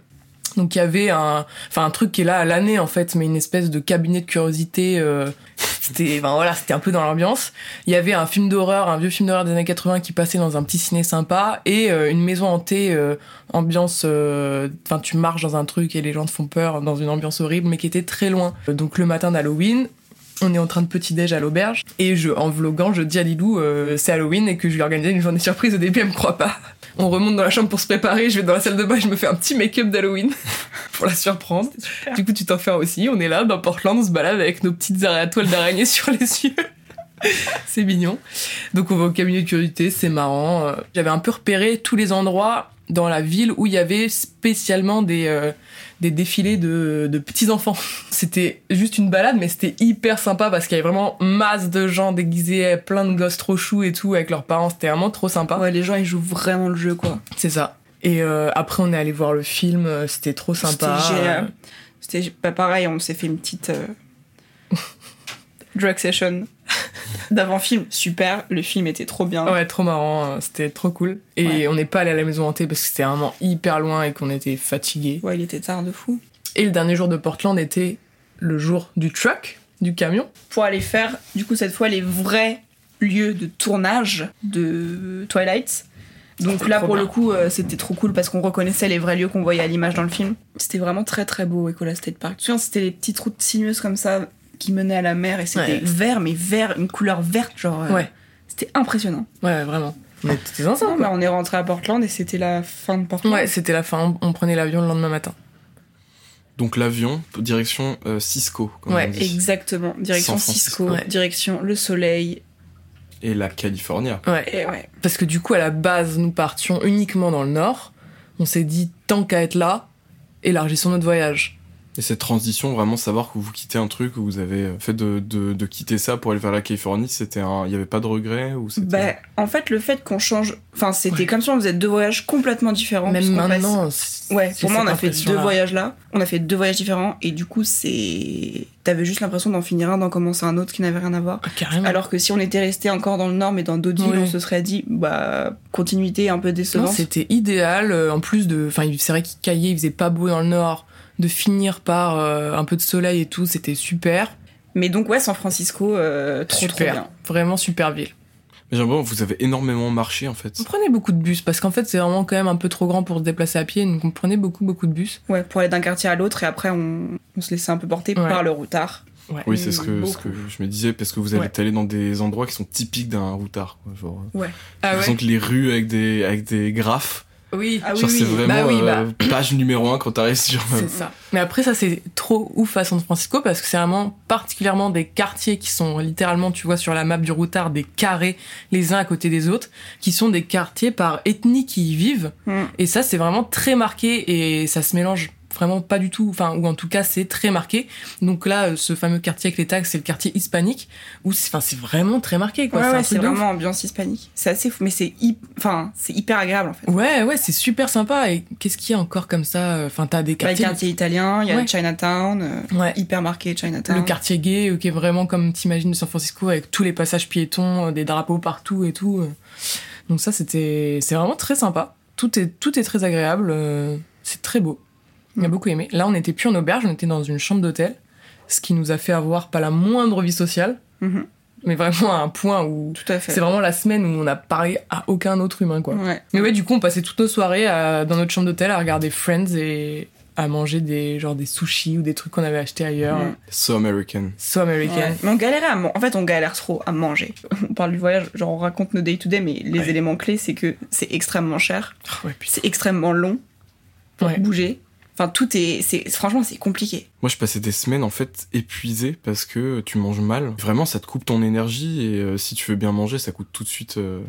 Speaker 2: Donc il y avait un, enfin un truc qui est là à l'année en fait, mais une espèce de cabinet de curiosité. euh, c'était, ben voilà, c'était un peu dans l'ambiance. Il y avait un film d'horreur, un vieux film d'horreur des années 80 qui passait dans un petit ciné sympa et euh, une maison hantée, euh, ambiance, euh, enfin tu marches dans un truc et les gens te font peur dans une ambiance horrible, mais qui était très loin. Donc le matin d'Halloween. On est en train de petit déj à l'auberge et je, en vloguant, je dis à Lilou euh, c'est Halloween et que je lui organisais une journée surprise. Au début, elle me croit pas. On remonte dans la chambre pour se préparer. Je vais dans la salle de bain, et je me fais un petit make-up d'Halloween pour la surprendre. Du coup, tu t'en fais un aussi. On est là, dans Portland, on se balade avec nos petites ara- toiles d'araignée sur les yeux. c'est mignon. Donc, on va au cabinet de curiosité, c'est marrant. Euh, J'avais un peu repéré tous les endroits dans la ville où il y avait spécialement des, euh, des défilés de, de petits enfants. C'était juste une balade, mais c'était hyper sympa parce qu'il y avait vraiment masse de gens déguisés, plein de gosses trop choux et tout avec leurs parents. C'était vraiment trop sympa.
Speaker 3: Ouais, les gens ils jouent vraiment le jeu quoi.
Speaker 2: C'est ça. Et euh, après, on est allé voir le film, euh, c'était trop sympa.
Speaker 3: C'était
Speaker 2: Euh,
Speaker 3: génial. C'était pas pareil, on s'est fait une petite euh, drug session d'avant-film. Super, le film était trop bien.
Speaker 2: Ouais, trop marrant, euh, c'était trop cool. Et
Speaker 3: Ouais.
Speaker 2: on n'est pas allé à la maison hantée parce que c'était vraiment hyper loin et qu'on était fatigué.
Speaker 3: Ouais, il était tard de fou.
Speaker 2: Et le dernier jour de Portland était le jour du truck, du camion.
Speaker 3: Pour aller faire, du coup, cette fois, les vrais lieux de tournage de Twilight. Donc
Speaker 2: C'était
Speaker 3: là,
Speaker 2: trop
Speaker 3: pour
Speaker 2: bien.
Speaker 3: le coup, euh, c'était trop cool parce qu'on reconnaissait les vrais lieux qu'on voyait à l'image dans le film. C'était vraiment très très beau, Ecola State Park. Tu te souviens, c'était les petites routes sinueuses comme ça qui menaient à la mer et c'était
Speaker 2: Ouais.
Speaker 3: vert, mais vert, une couleur verte, genre. euh,
Speaker 2: Ouais.
Speaker 3: C'était impressionnant.
Speaker 2: Ouais, vraiment. On était
Speaker 3: Non,
Speaker 2: ensemble.
Speaker 3: bah, on est rentré à Portland et c'était la fin de Portland.
Speaker 2: Ouais, c'était la fin, on on prenait l'avion le lendemain matin.
Speaker 1: Donc l'avion, direction euh, Cisco, comme
Speaker 2: Ouais,
Speaker 1: on dit.
Speaker 3: Exactement. Direction
Speaker 1: San Francisco.
Speaker 3: Cisco,
Speaker 2: Ouais.
Speaker 3: direction le soleil.
Speaker 1: et la Californie.
Speaker 2: Ouais.
Speaker 3: Et ouais.
Speaker 2: Parce que du coup, à la base, nous partions uniquement dans le nord. On s'est dit, tant qu'à être là, élargissons notre voyage.
Speaker 1: Et cette transition, vraiment savoir que vous quittez un truc, que vous avez euh, fait de, de, de quitter ça pour aller vers la Californie, c'était un, il y avait pas de regret ou c'était.
Speaker 3: Bah, en fait, le fait qu'on change. Enfin, c'était
Speaker 2: Ouais.
Speaker 3: comme si on faisait deux voyages complètement différents.
Speaker 2: Même
Speaker 3: puisqu'on
Speaker 2: maintenant.
Speaker 3: passe- Ouais, pour moi, on a fait deux
Speaker 2: voyages
Speaker 3: voyages là. On a fait deux voyages différents et du coup, c'est. T'avais juste l'impression d'en finir un, d'en commencer un autre qui n'avait rien à voir.
Speaker 2: Ah, carrément.
Speaker 3: Alors que si on était resté encore dans le nord mais dans d'autres villes,
Speaker 2: Ouais.
Speaker 3: on se serait dit, bah, continuité un peu
Speaker 2: Non,
Speaker 3: décevante.
Speaker 2: c'était idéal. euh, En plus de, enfin, il- c'est vrai qu'il caillait, il faisait pas beau dans le nord. De finir par euh, un peu de soleil et tout, c'était super.
Speaker 3: mais donc, ouais, San Francisco, euh, trop trop
Speaker 2: super.
Speaker 3: bien.
Speaker 2: Vraiment super ville.
Speaker 1: Mais j'ai l'impression que vous avez énormément marché en fait.
Speaker 2: On prenait beaucoup de bus parce qu'en fait, c'est vraiment quand même un peu trop grand pour se déplacer à pied. Donc, on prenait beaucoup, beaucoup de bus.
Speaker 3: Ouais, pour aller d'un quartier à l'autre et après on, on se laissait un peu porter
Speaker 2: Ouais.
Speaker 3: par le routard.
Speaker 1: Oui, c'est ce que, ce
Speaker 3: Beaucoup.
Speaker 1: que je me disais parce que vous allez aller dans des endroits qui sont typiques d'un routard. Quoi, genre, euh.
Speaker 2: Ah
Speaker 1: J'ai l'impression que les rues avec des, avec des graphes,
Speaker 2: Oui,
Speaker 3: Ah oui,
Speaker 1: genre, c'est vraiment
Speaker 2: Bah oui, bah.
Speaker 1: euh, page numéro 1 quand t'arrives sur. euh,
Speaker 2: C'est ça. Mais après, ça, c'est trop ouf à San Francisco parce que c'est vraiment particulièrement des quartiers qui sont littéralement, tu vois, sur la map du routard, des carrés les uns à côté des autres, qui sont des quartiers par ethnie qui y vivent.
Speaker 3: Mm.
Speaker 2: Et ça, c'est vraiment très marqué et ça se mélange vraiment pas du tout, enfin, ou en tout cas, c'est très marqué. Donc là, euh, ce fameux quartier avec les taxes, c'est le quartier hispanique où c'est enfin, c'est vraiment très marqué, quoi.
Speaker 3: Ouais,
Speaker 2: c'est un
Speaker 3: ouais,
Speaker 2: truc
Speaker 3: c'est
Speaker 2: de ouf.
Speaker 3: vraiment ambiance hispanique. C'est assez fou, mais c'est hyp- enfin, c'est hyper agréable en fait.
Speaker 2: Ouais, ouais, c'est super sympa. Et qu'est-ce qu'il y a encore comme ça euh, Enfin, t'as des
Speaker 3: Bah, le
Speaker 2: quartiers.
Speaker 3: quartier italien, il y a
Speaker 2: Ouais.
Speaker 3: Chinatown, euh,
Speaker 2: Ouais.
Speaker 3: hyper marqué Chinatown.
Speaker 2: le quartier gay euh, qui est vraiment comme t'imagines de San Francisco avec tous les passages piétons, euh, des drapeaux partout et tout. euh. Donc ça c'était c'est vraiment très sympa. Tout est tout est très agréable, euh, c'est très beau. On a
Speaker 3: Mm.
Speaker 2: beaucoup aimé. Là, on n'était plus en auberge, on était dans une chambre d'hôtel, ce qui nous a fait avoir pas la moindre vie sociale,
Speaker 3: Mhm,
Speaker 2: mais vraiment à un point où
Speaker 3: tout à fait. Mm.
Speaker 2: c'est vraiment la semaine où on a parlé à aucun autre humain quoi.
Speaker 3: Ouais.
Speaker 2: Mais ouais, du coup, on passait toutes nos soirées à- dans notre chambre d'hôtel à regarder Friends et à manger des genre des sushis ou des trucs qu'on avait achetés ailleurs.
Speaker 3: Mm.
Speaker 1: So American.
Speaker 2: So American.
Speaker 3: Ouais. Mais on galérait à man- En fait, on galère trop à manger. On parle du voyage, genre on raconte nos day-to-day, mais les
Speaker 1: Ouais.
Speaker 3: éléments clés, c'est que c'est extrêmement cher,
Speaker 2: Ah ouais, putain.
Speaker 3: c'est extrêmement long pour
Speaker 2: Ouais.
Speaker 3: bouger. Enfin, tout est. c'est- Franchement, c'est compliqué.
Speaker 1: Moi, je passais des semaines en fait épuisé parce que tu manges mal. Vraiment, ça te coupe ton énergie et euh, si tu veux bien manger, ça coûte tout de suite euh,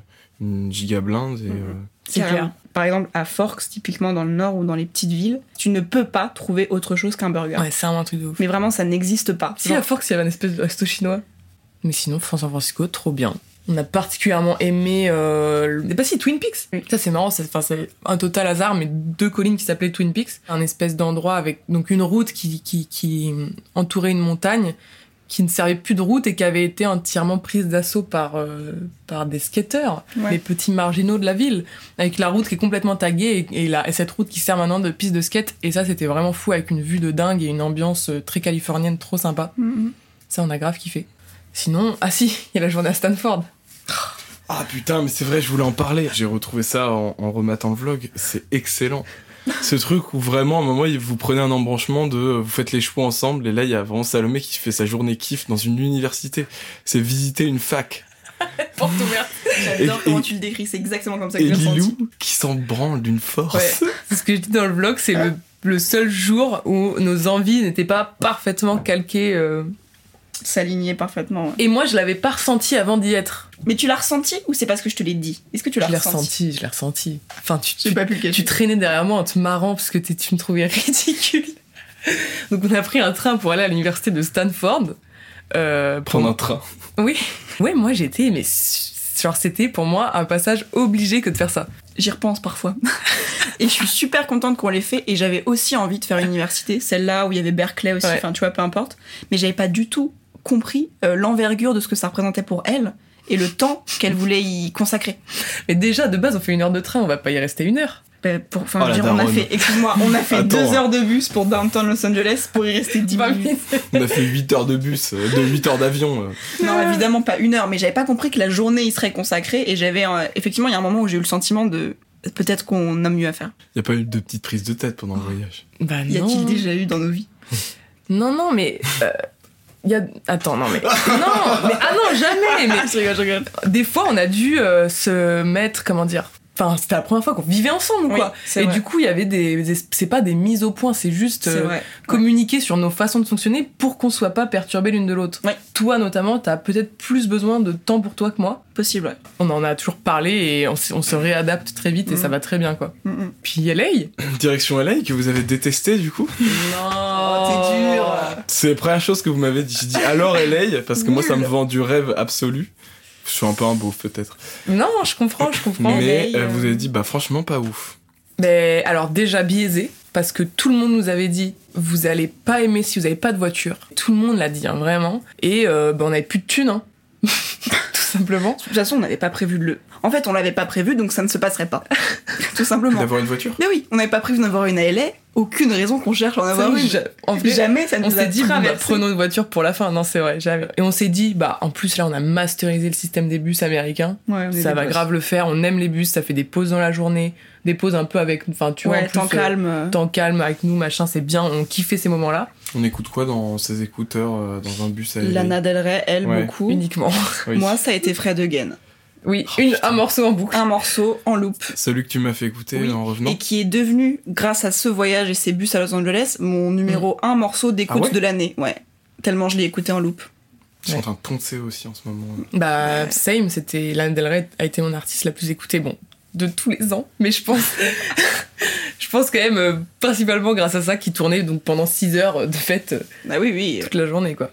Speaker 1: une giga blinde. Et,
Speaker 3: Mhm.
Speaker 1: euh,
Speaker 2: C'est
Speaker 3: Carrément.
Speaker 2: clair.
Speaker 3: Par exemple, à Forks, typiquement dans le nord ou dans les petites villes, tu ne peux pas trouver autre chose qu'un burger.
Speaker 2: Ouais, c'est vraiment un truc de ouf.
Speaker 3: Mais vraiment, ça n'existe pas.
Speaker 2: Si à Forks, il y avait un espèce de resto chinois. Mais sinon, San Francisco, trop bien. On a particulièrement aimé. Euh, le- bah si, Twin Peaks.
Speaker 3: Oui.
Speaker 2: Ça, c'est marrant. c'est- Enfin, c'est un total hasard, mais deux collines qui s'appelaient Twin Peaks. Un espèce d'endroit avec donc une route qui, qui, qui entourait une montagne qui ne servait plus de route et qui avait été entièrement prise d'assaut par, euh, par des skateurs,
Speaker 3: Ouais.
Speaker 2: les petits marginaux de la ville, avec la route qui est complètement taguée et, et la- et cette route qui sert maintenant de piste de skate. Et ça, c'était vraiment fou avec une vue de dingue et une ambiance euh, très californienne, trop sympa.
Speaker 3: Mhm.
Speaker 2: Ça, on a grave kiffé. Sinon, ah si, il y a la journée à Stanford.
Speaker 1: Ah putain, mais c'est vrai, je voulais en parler. J'ai retrouvé ça en, en rematant le vlog. C'est excellent. Ce truc où vraiment, à un moment, vous prenez un embranchement de euh, vous faites les chevaux ensemble et là, il y a vraiment Salomé qui fait sa journée kiff dans une université. C'est visiter une fac.
Speaker 2: Porte ouverte.
Speaker 3: J'adore
Speaker 1: Et-
Speaker 3: comment
Speaker 1: et-
Speaker 3: tu le décris, c'est exactement comme ça que
Speaker 1: Et
Speaker 3: je l'ai ressenti.
Speaker 1: Lilou qui s'en branle d'une force.
Speaker 2: Ouais. C'est ce que je dis dans le vlog, c'est le, le seul jour où nos envies n'étaient pas parfaitement calquées. euh.
Speaker 3: S'aligner parfaitement. ouais.
Speaker 2: Et moi, je l'avais pas ressenti avant d'y être.
Speaker 3: Mais tu l'as ressenti ou c'est parce que je te l'ai dit Est-ce que tu l'as
Speaker 2: je l'ai
Speaker 3: ressenti
Speaker 2: ressenti, je l'ai ressenti. Enfin, tu,
Speaker 3: J'ai
Speaker 2: tu-
Speaker 3: pas pu le
Speaker 2: tu
Speaker 3: cacher.
Speaker 2: traînais derrière moi en te marrant parce que t'es- tu me trouvais ridicule. Donc on a pris un train pour aller à l'université de Stanford. Euh,
Speaker 1: Prendre un train.
Speaker 2: Oui. Ouais, moi j'étais, mais genre c'était pour moi un passage obligé que de faire ça.
Speaker 3: J'y repense parfois. et je suis super contente qu'on l'ait fait. Et j'avais aussi envie de faire une université, celle-là où il y avait Berkeley aussi,
Speaker 2: Ouais.
Speaker 3: enfin tu vois, peu importe. Mais j'avais pas du tout compris euh, l'envergure de ce que ça représentait pour elle et le temps qu'elle voulait y consacrer.
Speaker 2: Mais déjà, de base, on fait une heure de train, on va pas y rester une heure.
Speaker 3: Ben, pour, enfin,
Speaker 1: Oh, la
Speaker 3: je veux dire, on a
Speaker 1: daronne.
Speaker 3: fait, excuse-moi, on a fait
Speaker 1: Attends.
Speaker 3: deux heures de bus pour downtown Los Angeles pour y rester dix
Speaker 2: Pas
Speaker 3: minutes.
Speaker 1: On a fait 8 heures de bus, euh, de 8 heures d'avion. euh.
Speaker 3: Non, évidemment pas une heure, mais j'avais pas compris que la journée y serait consacrée et j'avais euh, effectivement il y a un moment où j'ai eu le sentiment de peut-être qu'on a mieux à faire.
Speaker 1: Y a pas eu de petite prise de tête pendant le voyage.
Speaker 2: Bah non.
Speaker 3: Y a-t-il déjà eu dans nos vies
Speaker 2: Non, non, mais. euh, y a... Attends, non, mais. Non, mais. Ah non, jamais mais...
Speaker 3: Je rigole, je rigole.
Speaker 2: Des fois, on a dû euh, se mettre, comment dire. Enfin, c'était la première fois qu'on vivait ensemble,
Speaker 3: Oui,
Speaker 2: quoi.
Speaker 3: c'est
Speaker 2: Et
Speaker 3: vrai.
Speaker 2: du coup, il y avait des. des- C'est pas des mises au point, c'est juste.
Speaker 3: C'est
Speaker 2: euh,
Speaker 3: vrai.
Speaker 2: communiquer sur nos façons de fonctionner pour qu'on soit pas perturbés l'une de l'autre.
Speaker 3: Ouais.
Speaker 2: Toi notamment, t'as peut-être plus besoin de temps pour toi que moi.
Speaker 3: Possible. ouais.
Speaker 2: On en a toujours parlé et on, s- on se réadapte très vite et
Speaker 3: Mhm.
Speaker 2: ça va très bien quoi.
Speaker 3: Mm, mm.
Speaker 2: Puis LA
Speaker 1: Direction LA que vous avez détesté du coup.
Speaker 3: Oh,
Speaker 2: Non
Speaker 1: C'est la première chose que vous m'avez dit. J'ai dit alors LA parce que moi ça me vend du rêve absolu. Je suis un peu un beauf peut-être.
Speaker 2: Non, je comprends, je comprends.
Speaker 1: Mais
Speaker 3: LA,
Speaker 1: euh,
Speaker 3: euh,
Speaker 1: vous avez dit bah franchement pas ouf.
Speaker 2: Mais alors déjà biaisé parce que tout le monde nous avait dit vous allez pas aimer si vous avez pas de voiture. Tout le monde l'a dit hein, vraiment et euh, ben, on avait plus de thunes hein. tout simplement.
Speaker 3: De toute façon, on n'avait pas prévu de le. En fait, on l'avait pas prévu, donc ça ne se passerait pas. Tout simplement.
Speaker 1: D'avoir une voiture.
Speaker 3: Mais oui, on n'avait pas prévu d'en avoir une à LA. Aucune raison qu'on cherche à en avoir
Speaker 2: Ça,
Speaker 3: une.
Speaker 2: j'a- en vrai,
Speaker 3: Jamais ça ne
Speaker 2: On
Speaker 3: nous a
Speaker 2: s'est dit, bon, bah,
Speaker 3: traversé.
Speaker 2: prenons une voiture pour la fin. Non, c'est vrai, jamais. Et on s'est dit, bah, en plus, là, on a masterisé le système des bus américains.
Speaker 3: Ouais, on est
Speaker 2: Ça
Speaker 3: des
Speaker 2: va
Speaker 3: bosses.
Speaker 2: grave le faire. On aime les bus, ça fait des pauses dans la journée, des pauses un peu avec, enfin, tu vois,
Speaker 3: Ouais,
Speaker 2: en plus,
Speaker 3: temps
Speaker 2: euh,
Speaker 3: calme. euh,
Speaker 2: temps calme avec nous, machin, c'est bien. On kiffait ces moments-là,
Speaker 1: On écoute quoi dans ces écouteurs euh, dans un bus à LA
Speaker 3: Lana Del Rey, elle,
Speaker 1: Ouais.
Speaker 3: beaucoup.
Speaker 2: uniquement.
Speaker 1: Oui.
Speaker 3: Moi, ça a été Fred Again.
Speaker 2: Oui, une, un morceau en boucle.
Speaker 3: un morceau en loop.
Speaker 1: Celui que tu m'as fait écouter
Speaker 3: Oui.
Speaker 1: en revenant.
Speaker 3: Et qui est devenu, grâce à ce voyage et ses bus à Los Angeles, mon numéro un morceau d'écoute
Speaker 1: Ah ouais
Speaker 3: de l'année. Ouais. Tellement je l'ai écouté en loop.
Speaker 1: Je suis
Speaker 2: Ouais.
Speaker 1: en train de poncer aussi en ce moment.
Speaker 2: Bah,
Speaker 3: Ouais.
Speaker 2: Same, c'était. Lana Del Rey a été mon artiste la plus écoutée, bon, de tous les ans, mais je pense. je pense quand même, euh, principalement grâce à ça, qui tournait donc pendant 6 heures euh, de fête euh,
Speaker 3: Bah oui, oui.
Speaker 2: toute la journée, quoi.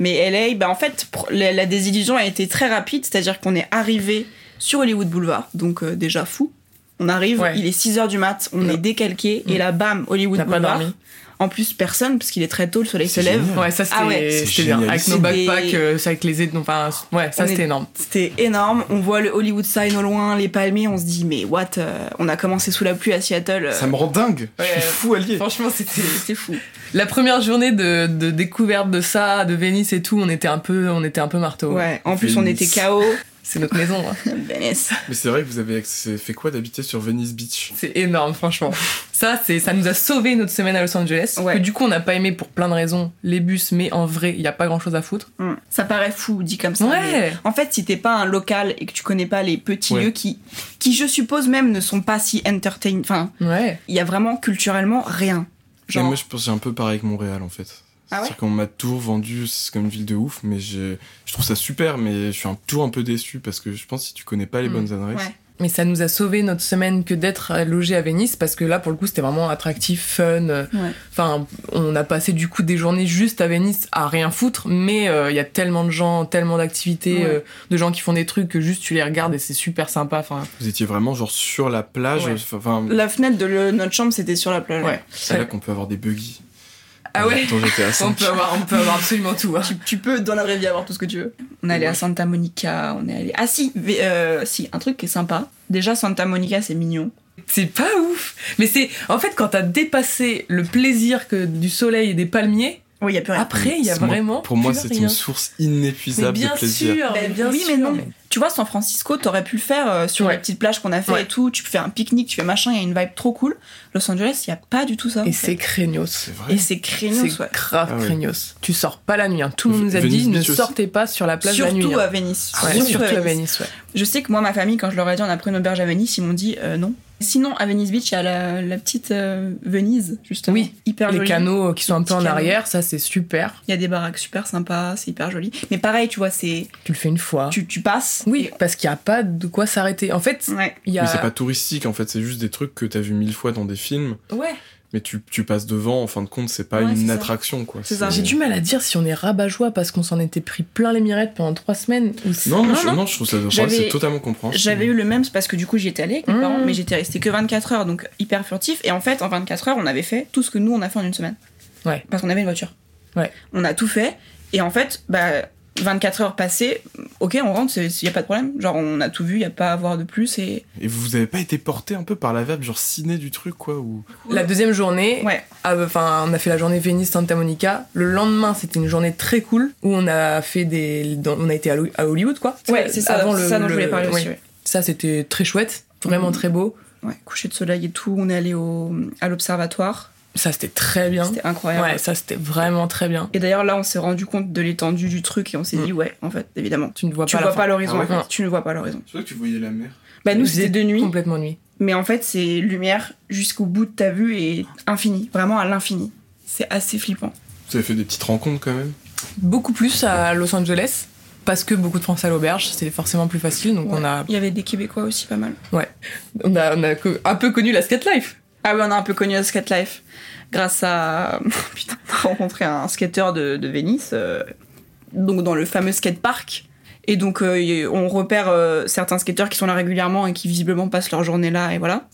Speaker 3: Mais LA, bah en fait, pr- la, la désillusion a été très rapide, c'est-à-dire qu'on est arrivé sur Hollywood Boulevard, donc euh, déjà fou. On arrive,
Speaker 2: Ouais.
Speaker 3: il est 6h du mat, on
Speaker 2: Non.
Speaker 3: est décalqué, et
Speaker 2: Mm.
Speaker 3: là, bam, Hollywood
Speaker 2: T'as pas
Speaker 3: Boulevard.
Speaker 2: dormi.
Speaker 3: En plus, personne, parce qu'il est très tôt, le soleil se
Speaker 1: C'est
Speaker 3: lève.
Speaker 1: génial.
Speaker 2: Ouais, ça c'était
Speaker 3: Ah ouais.
Speaker 1: C'est
Speaker 2: c'était bien. Avec
Speaker 1: génialissime.
Speaker 2: nos backpacks,
Speaker 3: Des-
Speaker 2: euh, c'est avec les aides, enfin, ouais, ça
Speaker 3: On
Speaker 2: c'était
Speaker 3: est-
Speaker 2: énorme.
Speaker 3: C'était énorme, on voit le Hollywood sign au loin, les palmiers, on se dit, mais what, euh, on a commencé sous la pluie à Seattle. euh,
Speaker 1: Ça me rend dingue.
Speaker 2: ouais,
Speaker 1: je suis fou allié.
Speaker 2: Franchement, c'était.
Speaker 3: c'est fou.
Speaker 2: La première journée de, de découverte de ça, de Venise et tout, on était un peu, on était un peu marteau.
Speaker 3: Ouais, en plus, on
Speaker 1: Venice.
Speaker 3: était KO.
Speaker 2: C'est notre maison. hein.
Speaker 3: Venice.
Speaker 1: Mais c'est vrai que vous avez c'est fait quoi d'habiter sur Venice Beach
Speaker 2: C'est énorme, franchement. Ça, c'est, ça nous a sauvé notre semaine à Los Angeles.
Speaker 3: Ouais.
Speaker 2: Que du coup, on n'a pas aimé pour plein de raisons les bus, mais en vrai, il n'y a pas grand chose à foutre.
Speaker 3: Mm. Ça paraît fou, dit comme ça. mais-
Speaker 2: Ouais.
Speaker 3: En fait, si t'es pas un local et que tu connais pas les petits
Speaker 1: Ouais.
Speaker 3: lieux qui, qui, je suppose même, ne sont pas si entertain. Enfin,
Speaker 2: Ouais.
Speaker 3: il y a vraiment culturellement rien.
Speaker 1: Et
Speaker 3: Genre,
Speaker 1: moi, je pense que j'ai un peu pareil avec Montréal en fait.
Speaker 3: Ah ouais
Speaker 1: C'est-à-dire qu'on m'a toujours vendu c'est comme une ville de ouf, mais je, je trouve ça super, mais je suis un, toujours un peu déçu parce que je pense que si tu connais pas les
Speaker 2: Mm.
Speaker 1: bonnes adresses,
Speaker 3: Ouais.
Speaker 2: Mais ça nous a sauvé notre semaine que d'être euh, logés à Venise parce que là, pour le coup, c'était vraiment attractif, fun. euh,
Speaker 3: Ouais.
Speaker 2: Enfin, on a passé du coup des journées juste à Venise à rien foutre, mais euh, il y a tellement de gens, tellement d'activités,
Speaker 3: Ouais.
Speaker 2: euh, de gens qui font des trucs que juste tu les regardes et c'est super sympa. Enfin,
Speaker 1: vous étiez vraiment genre sur la plage.
Speaker 2: Ouais. Euh,
Speaker 1: Enfin,
Speaker 3: la fenêtre de le- notre chambre, c'était sur la plage.
Speaker 2: ouais.
Speaker 1: c'est là qu'on peut avoir des buggy.
Speaker 2: Ah ouais.
Speaker 1: Quand j'étais à
Speaker 2: On
Speaker 1: 5.
Speaker 2: peut avoir, on peut avoir absolument tout. hein.
Speaker 3: Tu, tu peux, dans la vraie vie, avoir tout ce que tu veux. On est allé à Santa Monica, on est allé. Ah si, mais, euh, si, un truc qui est sympa. Déjà, Santa Monica, c'est mignon.
Speaker 2: C'est pas ouf. Mais c'est en fait quand t'as dépassé le plaisir que du soleil et des palmiers,
Speaker 3: Oui, il y a plus rien.
Speaker 2: après il y a
Speaker 1: C'est moi-
Speaker 2: vraiment
Speaker 1: Pour moi,
Speaker 2: plus
Speaker 1: c'est
Speaker 2: rien.
Speaker 1: une source
Speaker 2: mais
Speaker 1: inépuisable
Speaker 2: bien
Speaker 1: de plaisir.
Speaker 2: sûr,
Speaker 3: Ben,
Speaker 2: mais bien
Speaker 3: oui,
Speaker 2: sûr.
Speaker 3: mais non. Tu vois, San Francisco, t'aurais pu le faire euh, sur
Speaker 2: Ouais.
Speaker 3: les petites plages qu'on a fait
Speaker 2: Ouais.
Speaker 3: et tout. Tu peux faire un pique-nique, tu fais machin, il y a une vibe trop cool. Los Angeles, il y a pas du tout ça.
Speaker 2: Et c'est craignos.
Speaker 1: C'est vrai.
Speaker 3: Et c'est craignos,
Speaker 2: C'est
Speaker 3: ouais.
Speaker 2: grave
Speaker 1: Ah oui.
Speaker 2: craignos. Tu sors pas la nuit. hein. Tout le monde nous a
Speaker 1: Venise
Speaker 2: dit ne
Speaker 1: Beach aussi.
Speaker 2: sortez pas sur la plage la nuit.
Speaker 3: Surtout
Speaker 2: hein.
Speaker 3: à Venise.
Speaker 2: Ouais, surtout à Venise, ouais.
Speaker 3: Je sais que moi, ma famille, quand je leur ai dit on a pris une auberge à Venise, ils m'ont dit euh, non. Sinon, à Venice Beach, il y a la, la petite euh, Venise, justement.
Speaker 2: Oui,
Speaker 3: hyper
Speaker 2: Les
Speaker 3: jolie.
Speaker 2: canaux euh, qui sont un peu en
Speaker 3: Petits canaux.
Speaker 2: arrière, ça c'est super.
Speaker 3: Il y a des baraques super sympas, c'est hyper joli. Mais pareil, tu vois, c'est
Speaker 2: Tu le fais une fois.
Speaker 3: tu, tu passes.
Speaker 2: Ah. Oui, parce qu'il n'y a pas de quoi s'arrêter. En fait,
Speaker 3: et- ouais.
Speaker 2: il y a.
Speaker 1: Mais c'est pas touristique en fait, c'est juste des trucs que t'as vu mille fois dans des films,
Speaker 2: Ouais.
Speaker 1: mais tu, tu passes devant, en fin de compte, c'est pas
Speaker 3: Ouais, c'est
Speaker 1: une
Speaker 3: ça.
Speaker 1: attraction quoi.
Speaker 3: C'est ça.
Speaker 2: J'ai du mal à dire si on est rabat-joie parce qu'on s'en était pris plein les mirettes pendant trois semaines. ou si-
Speaker 1: Non, non, je, non, je trouve ça
Speaker 3: J'avais-
Speaker 1: c'est totalement compréhensible.
Speaker 3: J'avais eu le même, c'est parce que du coup, j'y étais allée avec mes
Speaker 2: Mmh.
Speaker 3: parents, mais j'étais restée que 24 heures, donc hyper furtif. Et en fait, en 24 heures, on avait fait tout ce que nous, on a fait en une semaine.
Speaker 2: Ouais.
Speaker 3: Parce qu'on avait une voiture.
Speaker 2: Ouais.
Speaker 3: On a tout fait. Et en fait, bah, 24 heures passées, ok, on rentre, il n'y a pas de problème. Genre, on a tout vu, il n'y a pas à voir de plus. Et
Speaker 1: Et vous avez pas été porté un peu par la vibe, genre ciné du truc quoi ou...
Speaker 2: La deuxième journée,
Speaker 3: Ouais.
Speaker 2: ah, bah, enfin, on a fait la journée Venise Santa Monica. Le lendemain, c'était une journée très cool où on a fait des, dans- on a été à Lo- à Hollywood quoi.
Speaker 3: Ouais, c'est ça,
Speaker 2: Avant
Speaker 3: c'est
Speaker 2: le-
Speaker 3: ça dont je voulais
Speaker 2: le-
Speaker 3: parler
Speaker 2: ouais.
Speaker 3: aussi. Ouais.
Speaker 2: Ça, c'était très chouette, vraiment
Speaker 3: Mhm.
Speaker 2: très beau.
Speaker 3: Ouais, coucher de soleil et tout, on est allé au, à l'observatoire.
Speaker 2: Ça, c'était très bien.
Speaker 3: C'était incroyable.
Speaker 2: Ouais, ça, c'était vraiment très bien.
Speaker 3: Et d'ailleurs, là, on s'est rendu compte de l'étendue du truc et on s'est
Speaker 2: Mm.
Speaker 3: dit, ouais, en fait, évidemment.
Speaker 2: Tu ne vois
Speaker 3: Tu
Speaker 2: pas la
Speaker 3: vois
Speaker 2: fin.
Speaker 3: pas l'horizon,
Speaker 1: Ah
Speaker 3: en
Speaker 1: ouais.
Speaker 3: fait. Tu ne vois pas l'horizon.
Speaker 1: Je crois que tu voyais la mer.
Speaker 3: Bah, nous, c'était de nuit,
Speaker 2: Complètement nuit.
Speaker 3: mais en fait, c'est lumière jusqu'au bout de ta vue et infini, vraiment à l'infini. C'est assez flippant.
Speaker 1: Vous avez fait des petites rencontres quand même.
Speaker 2: Beaucoup plus à Los Angeles parce que beaucoup de Français à l'auberge, c'est forcément plus facile. Donc
Speaker 3: Ouais.
Speaker 2: on a,
Speaker 3: Il y avait des Québécois aussi pas mal.
Speaker 2: on a, on a co- un peu connu la skate life.
Speaker 3: Ah oui, on a un peu connu la skate life grâce à. Putain, on a rencontré un skateur de, de Venise, euh, donc dans le fameux skate park. Et donc, euh, y- on repère euh, certains skateurs qui sont là régulièrement et qui visiblement passent leur journée là, et voilà.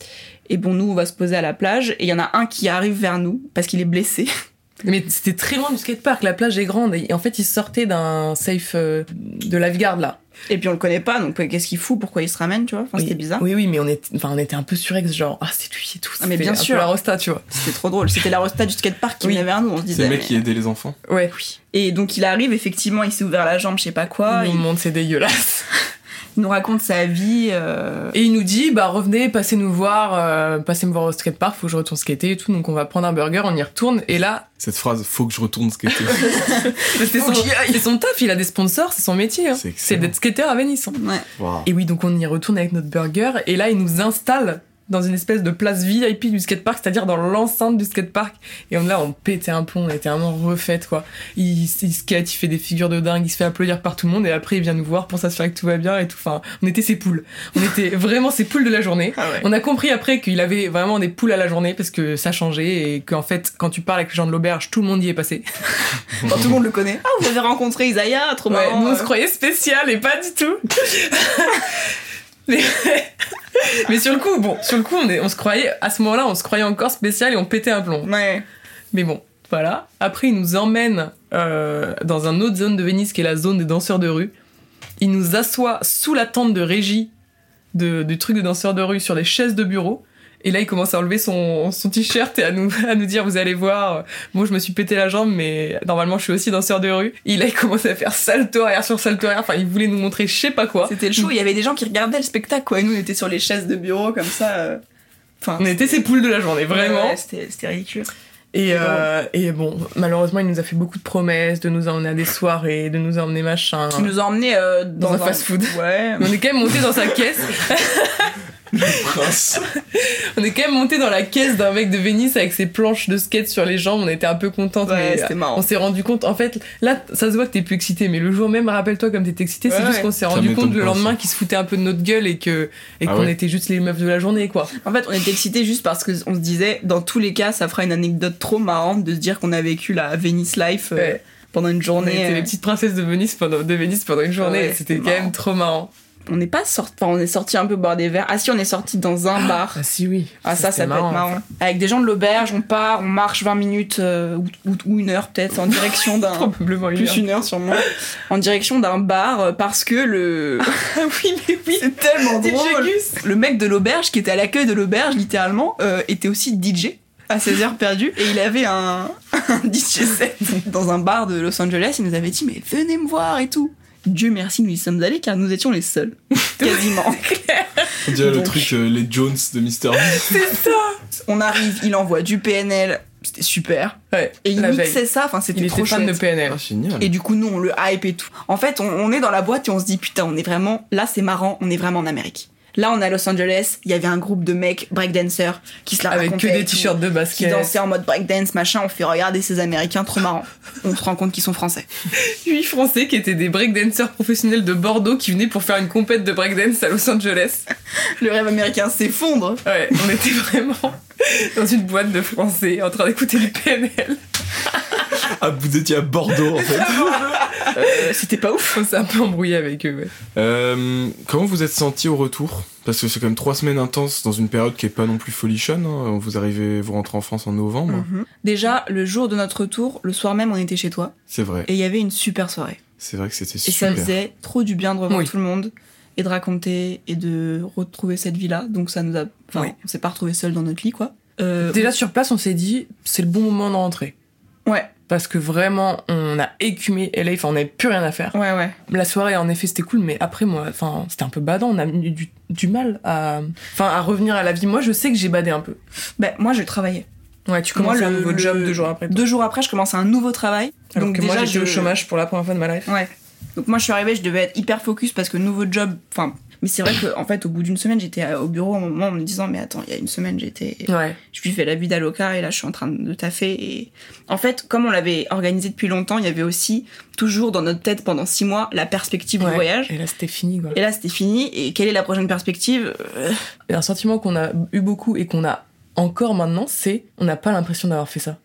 Speaker 3: Et bon, nous, on va se poser à la plage, et il y en a un qui arrive vers nous parce qu'il est blessé.
Speaker 2: Mais c'était très loin du skatepark, la plage est grande. Et en fait, ils sortaient d'un safe euh, de lifeguard là.
Speaker 3: Et puis, on le connaît pas, donc euh, qu'est-ce qu'il fout Pourquoi il se ramène, tu vois Enfin,
Speaker 2: Oui.
Speaker 3: Oh, C'était bizarre.
Speaker 2: Oui, oui, mais on, est, enfin, on était un peu surex, genre, ah, c'est lui et tout.
Speaker 3: Ah, mais
Speaker 2: c'était
Speaker 3: bien
Speaker 2: un
Speaker 3: sûr.
Speaker 2: Peu la rosta, tu vois.
Speaker 3: C'était trop drôle. C'était la rosta du skate park qui
Speaker 2: Oui.
Speaker 3: venait vers nous, on se
Speaker 1: C'est
Speaker 3: disait.
Speaker 1: le mec
Speaker 3: mais-
Speaker 1: qui aidait les enfants.
Speaker 2: Ouais.
Speaker 3: Et donc, il arrive, effectivement, il s'est ouvert la jambe, je sais pas quoi.
Speaker 2: Nous,
Speaker 3: il-
Speaker 2: on monte, c'est dégueulasse.
Speaker 3: Il nous raconte sa vie. euh,
Speaker 2: Et il nous dit, bah revenez, passez nous voir, euh, passez me voir au skatepark, faut que je retourne skater et tout. Donc on va prendre un burger, on y retourne. Et là,
Speaker 1: Cette phrase, faut que je retourne skater.
Speaker 2: c'est son, c'est son taf, il a des sponsors, c'est son métier. hein.
Speaker 1: C'est
Speaker 2: C'est
Speaker 1: excellent.
Speaker 2: d'être skateur à Venise. hein.
Speaker 3: Ouais.
Speaker 1: Waouh.
Speaker 2: Et oui, donc on y retourne avec notre burger. Et là, il nous installe dans une espèce de place VIP du skatepark, c'est-à-dire dans l'enceinte du skatepark. Et on, là, on pétait un pont, on était vraiment refaites, quoi. Il, il skate, il fait des figures de dingue, il se fait applaudir par tout le monde. Et après, il vient nous voir pour s'assurer que tout va bien et tout. Enfin, on était ses poules. On était vraiment ses poules de la journée.
Speaker 3: Ah ouais.
Speaker 2: On a compris après qu'il avait vraiment des poules à la journée parce que ça changeait et qu'en fait, quand tu parles avec les gens de l'auberge, tout le monde y est passé.
Speaker 3: Enfin, tout le monde le connaît. Ah, vous avez rencontré Isaiah, trop
Speaker 2: Ouais,
Speaker 3: marrant.
Speaker 2: nous on se
Speaker 3: euh.
Speaker 2: croyait spécial et pas du tout. mais, mais sur le coup, bon, sur le coup, on, est- on se croyait, à ce moment-là, on se croyait encore spécial et on pétait un plomb.
Speaker 3: Ouais.
Speaker 2: Mais bon, voilà. Après, il nous emmène euh, dans une autre zone de Venise qui est la zone des danseurs de rue. Il nous assoit sous la tente de régie de, du truc de danseurs de rue sur les chaises de bureau. Et là, il commence à enlever son, son t-shirt et à nous, à nous dire Vous allez voir, euh, moi je me suis pété la jambe, mais normalement je suis aussi danseur de rue. Et là, il commence à faire salto arrière sur salto arrière. Enfin, il voulait nous montrer je sais pas quoi.
Speaker 3: C'était le show, il y avait des gens qui regardaient le spectacle, quoi. Et nous, on était sur les chaises de bureau, comme ça. euh. Enfin,
Speaker 2: On était ses poules de la journée, vraiment.
Speaker 3: Ouais, c'était c'était ridicule.
Speaker 2: Et, euh, et bon, malheureusement, il nous a fait beaucoup de promesses de nous emmener à des soirées, de nous emmener machin.
Speaker 3: Tu nous as emmenés euh, dans,
Speaker 2: Dans un fast-food.
Speaker 3: Ouais.
Speaker 2: On est quand même monté dans sa caisse.
Speaker 1: Prince.
Speaker 2: On est quand même monté dans la caisse d'un mec de Venise avec ses planches de skate sur les jambes. On était un peu contente.
Speaker 3: Ouais,
Speaker 2: mais euh,
Speaker 3: c'était marrant.
Speaker 2: on s'est rendu compte. En fait, là, ça se voit que t'es plus excité. Mais le jour même, rappelle-toi comme t'étais excité.
Speaker 3: Ouais,
Speaker 2: c'est juste
Speaker 3: ouais.
Speaker 2: qu'on s'est
Speaker 1: Ça
Speaker 2: rendu compte
Speaker 1: m'étonne
Speaker 2: le
Speaker 1: pas,
Speaker 2: lendemain
Speaker 1: ça.
Speaker 2: qu'ils se foutaient un peu de notre gueule et que et
Speaker 1: Ah
Speaker 2: qu'on
Speaker 1: ouais.
Speaker 2: était juste les meufs de la journée, quoi.
Speaker 3: En fait, on était excités juste parce qu'on se disait, dans tous les cas, ça fera une anecdote trop marrante de se dire qu'on a vécu la Venice Life euh,
Speaker 2: Ouais.
Speaker 3: pendant une
Speaker 2: On
Speaker 3: journée.
Speaker 2: était
Speaker 3: euh.
Speaker 2: les petites princesses de Venise pendant de Venise pendant une journée.
Speaker 3: Ouais,
Speaker 2: et C'était
Speaker 3: c'était
Speaker 2: quand
Speaker 3: marrant.
Speaker 2: même trop marrant.
Speaker 3: On n'est pas sorti, enfin, on est sorti un peu boire des verres. Ah si, on est sorti dans un bar.
Speaker 2: si oui.
Speaker 3: Ah ça, ça peut être marrant. Avec des gens de l'auberge, on part, on marche 20 minutes euh, ou, ou- ou une heure peut-être en direction d'un
Speaker 2: Probablement une
Speaker 3: plus
Speaker 2: heure.
Speaker 3: une heure sûrement en direction d'un bar euh, parce que le
Speaker 2: Ah oui mais oui.
Speaker 3: c'est tellement
Speaker 2: DJ
Speaker 3: drôle.
Speaker 2: Gus.
Speaker 3: Le mec de l'auberge qui était à l'accueil de l'auberge littéralement euh, était aussi DJ à ses heures perdues et il avait un, un DJ set dans un bar de Los Angeles. Il nous avait dit mais venez me voir et tout. Dieu merci nous y sommes allés car nous étions les seuls quasiment.
Speaker 1: On dirait le
Speaker 3: Donc.
Speaker 1: truc, euh, les Jones de Mr. V.
Speaker 2: C'est ça.
Speaker 3: On arrive, il envoie du PNL, c'était super.
Speaker 2: Ouais.
Speaker 3: Et il
Speaker 2: la veille.
Speaker 3: mixait ça, enfin
Speaker 2: Il
Speaker 3: c'était
Speaker 2: était
Speaker 3: trop
Speaker 2: fan
Speaker 3: chouette.
Speaker 2: de PNL.
Speaker 1: Ah, génial.
Speaker 3: Et du coup, nous, on le hype et tout. En fait, on, on est dans la boîte et on se dit, putain, on est vraiment, là, c'est marrant, on est vraiment en Amérique. Là, on est à Los Angeles, il y avait un groupe de mecs breakdancers qui se la
Speaker 2: Avec que
Speaker 3: racontaient
Speaker 2: des
Speaker 3: et tout,
Speaker 2: t-shirts de
Speaker 3: qui
Speaker 2: basket.
Speaker 3: dansaient en mode breakdance, machin, on fait regarder ces Américains, trop marrant. On se rend compte qu'ils sont français.
Speaker 2: huit Français qui étaient des breakdancers professionnels de Bordeaux qui venaient pour faire une compète de breakdance à Los Angeles.
Speaker 3: Le rêve américain s'effondre.
Speaker 2: Ouais, on était vraiment dans une boîte de Français en train d'écouter du PNL.
Speaker 1: Ah, vous étiez à Bordeaux en fait.
Speaker 2: Euh, C'était pas ouf. On s'est un peu embrouillé avec eux. ouais.
Speaker 1: Euh, comment vous êtes senti au retour Parce que c'est quand même trois semaines intenses dans une période qui est pas non plus folichonne. hein. Vous arrivez, vous rentrez en France en
Speaker 2: Mm.
Speaker 1: novembre.
Speaker 3: Mhm. Déjà, le jour de notre retour, le soir même, on était chez toi
Speaker 1: C'est vrai.
Speaker 3: et il y avait une super soirée.
Speaker 1: C'est vrai que c'était
Speaker 3: Et ça
Speaker 1: super.
Speaker 3: faisait trop du bien de revoir
Speaker 2: Oui.
Speaker 3: tout le monde et de raconter et de retrouver cette vie-là. Donc ça nous a. Enfin,
Speaker 2: Oui.
Speaker 3: on s'est pas retrouvés seuls dans notre lit, quoi. Euh,
Speaker 2: Déjà sur place, on s'est dit, c'est le bon moment de rentrer.
Speaker 3: Ouais,
Speaker 2: Parce que vraiment, on a écumé LA, enfin, on n'avait plus rien à faire.
Speaker 3: ouais, ouais.
Speaker 2: La soirée, en effet, c'était cool, mais après, moi, enfin, c'était un peu badant. On a eu du, du mal à, enfin, à revenir à la vie. Moi, je sais que j'ai badé un peu.
Speaker 3: Ben, moi, je travaillais.
Speaker 2: Ouais, tu
Speaker 3: Moi,
Speaker 2: commences un
Speaker 3: le-
Speaker 2: nouveau
Speaker 3: le-
Speaker 2: job deux jours après.
Speaker 3: Deux jours après, je commençais un nouveau travail.
Speaker 2: Alors
Speaker 3: donc
Speaker 2: que
Speaker 3: déjà,
Speaker 2: moi, j'étais
Speaker 3: je-
Speaker 2: au chômage pour la première fois de ma life.
Speaker 3: Ouais. Donc moi, je suis arrivée, je devais être hyper focus parce que nouveau job. Enfin, mais c'est vrai que en fait, au bout d'une semaine, j'étais euh, au bureau un moment en me disant, mais attends, il y a une semaine, j'étais.
Speaker 2: Ouais.
Speaker 3: Je vivais la vie d'Aloca et là, je suis en train de taffer. Et en fait, comme on l'avait organisé depuis longtemps, il y avait aussi toujours dans notre tête pendant six mois la perspective
Speaker 2: Ouais.
Speaker 3: du voyage.
Speaker 2: Et là, c'était fini, quoi.
Speaker 3: Et là, c'était fini. Et quelle est la prochaine perspective Euh,
Speaker 2: Et un sentiment qu'on a eu beaucoup et qu'on a encore maintenant, c'est on n'a pas l'impression d'avoir fait ça.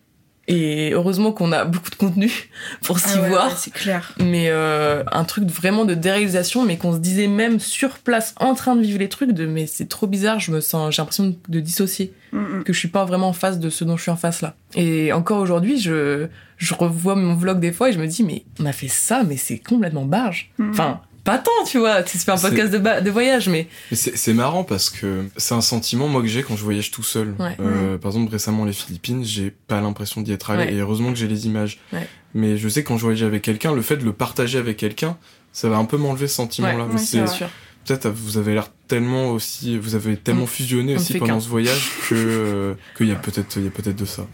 Speaker 2: Et heureusement qu'on a beaucoup de contenu pour s'y
Speaker 3: ah ouais,
Speaker 2: voir.
Speaker 3: ouais, C'est clair.
Speaker 2: Mais euh, un truc vraiment de déréalisation, mais qu'on se disait même sur place, en train de vivre les trucs, de mais c'est trop bizarre, je me sens, j'ai l'impression de, de dissocier,
Speaker 3: Mm, mm.
Speaker 2: que je suis pas vraiment en face de ce dont je suis en face là. Et encore aujourd'hui, je, je revois mon vlog des fois et je me dis, mais on a fait ça, mais c'est complètement barge.
Speaker 3: Mm.
Speaker 2: Enfin, pas tant, tu vois, c'est pas un
Speaker 1: C'est-
Speaker 2: podcast de, ba- de voyage, mais
Speaker 1: Mais c'est c'est marrant parce que c'est un sentiment moi que j'ai quand je voyage tout seul.
Speaker 2: Ouais. Mm.
Speaker 1: Euh, Par exemple récemment les Philippines, j'ai pas l'impression d'y être allé
Speaker 2: Ouais.
Speaker 1: et heureusement que j'ai les images.
Speaker 2: Ouais.
Speaker 1: Mais je sais que quand je voyage avec quelqu'un, le fait de le partager avec quelqu'un, ça va un peu m'enlever ce sentiment-là.
Speaker 2: Ouais,
Speaker 1: Mais
Speaker 3: ouais,
Speaker 1: c'est
Speaker 2: Ah.
Speaker 3: c'est vrai.
Speaker 1: peut-être peut-être vous avez l'air tellement aussi, vous avez tellement
Speaker 2: Mm.
Speaker 1: fusionné
Speaker 2: On ne
Speaker 1: aussi
Speaker 2: fait
Speaker 1: pendant
Speaker 2: qu'un.
Speaker 1: ce voyage que euh, qu'il y a peut-être il y a peut-être de ça.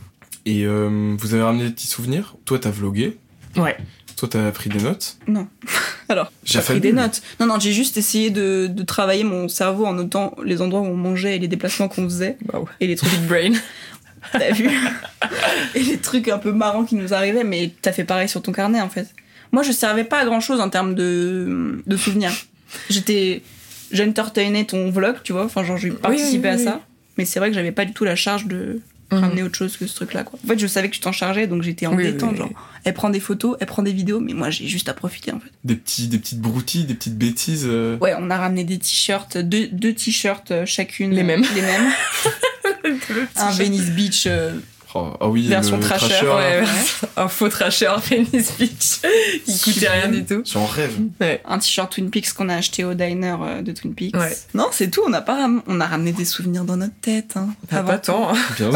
Speaker 1: Et euh, vous avez ramené des petits souvenirs. Toi t'as vlogué.
Speaker 2: Ouais.
Speaker 1: Toi t'as pris des notes.
Speaker 3: Non. Alors,
Speaker 1: J'ai
Speaker 3: j'ai pris des notes. Non, non, j'ai juste essayé de, de travailler mon cerveau en notant les endroits où on mangeait et les déplacements qu'on faisait
Speaker 2: Wow.
Speaker 3: et les trucs,
Speaker 2: Big brain.
Speaker 3: t'as vu Et les trucs un peu marrants qui nous arrivaient, mais t'as fait pareil sur ton carnet en fait. Moi, je servais pas à grand chose en termes de, de souvenirs. J'étais. J'entertainais ton vlog, tu vois, enfin, genre, j'ai participé
Speaker 2: oui,
Speaker 3: à
Speaker 2: oui. Mhm.
Speaker 3: ça. Mais c'est vrai que j'avais pas du tout la charge de ramener autre chose que ce truc-là, quoi. En fait, je savais que tu t'en chargeais, donc j'étais en
Speaker 2: Oui, oui,
Speaker 3: détente,
Speaker 2: oui.
Speaker 3: genre, elle prend des photos, elle prend des vidéos, mais moi, j'ai juste à profiter, en fait.
Speaker 1: Des petits des petites broutilles, des petites bêtises. euh.
Speaker 3: Ouais, on a ramené des t-shirts, deux, deux t-shirts euh, chacune.
Speaker 2: Les mêmes.
Speaker 3: Les mêmes. Un
Speaker 2: Un
Speaker 3: Venice Beach. euh,
Speaker 1: Oh, ah oui
Speaker 3: Version
Speaker 1: le
Speaker 3: trasher,
Speaker 1: trasher.
Speaker 3: ouais.
Speaker 1: là.
Speaker 2: un faux trasher Venice Beach qui coûtait rien du tout.
Speaker 1: J'en rêve.
Speaker 3: un t-shirt Twin Peaks qu'on a acheté au diner euh, de Twin Peaks.
Speaker 2: Ouais.
Speaker 3: Non, c'est tout. On a pas, ram- on a ramené des souvenirs dans notre tête. Hein,
Speaker 2: Ah,
Speaker 3: avant.
Speaker 2: pas tant. hein.
Speaker 1: Bien.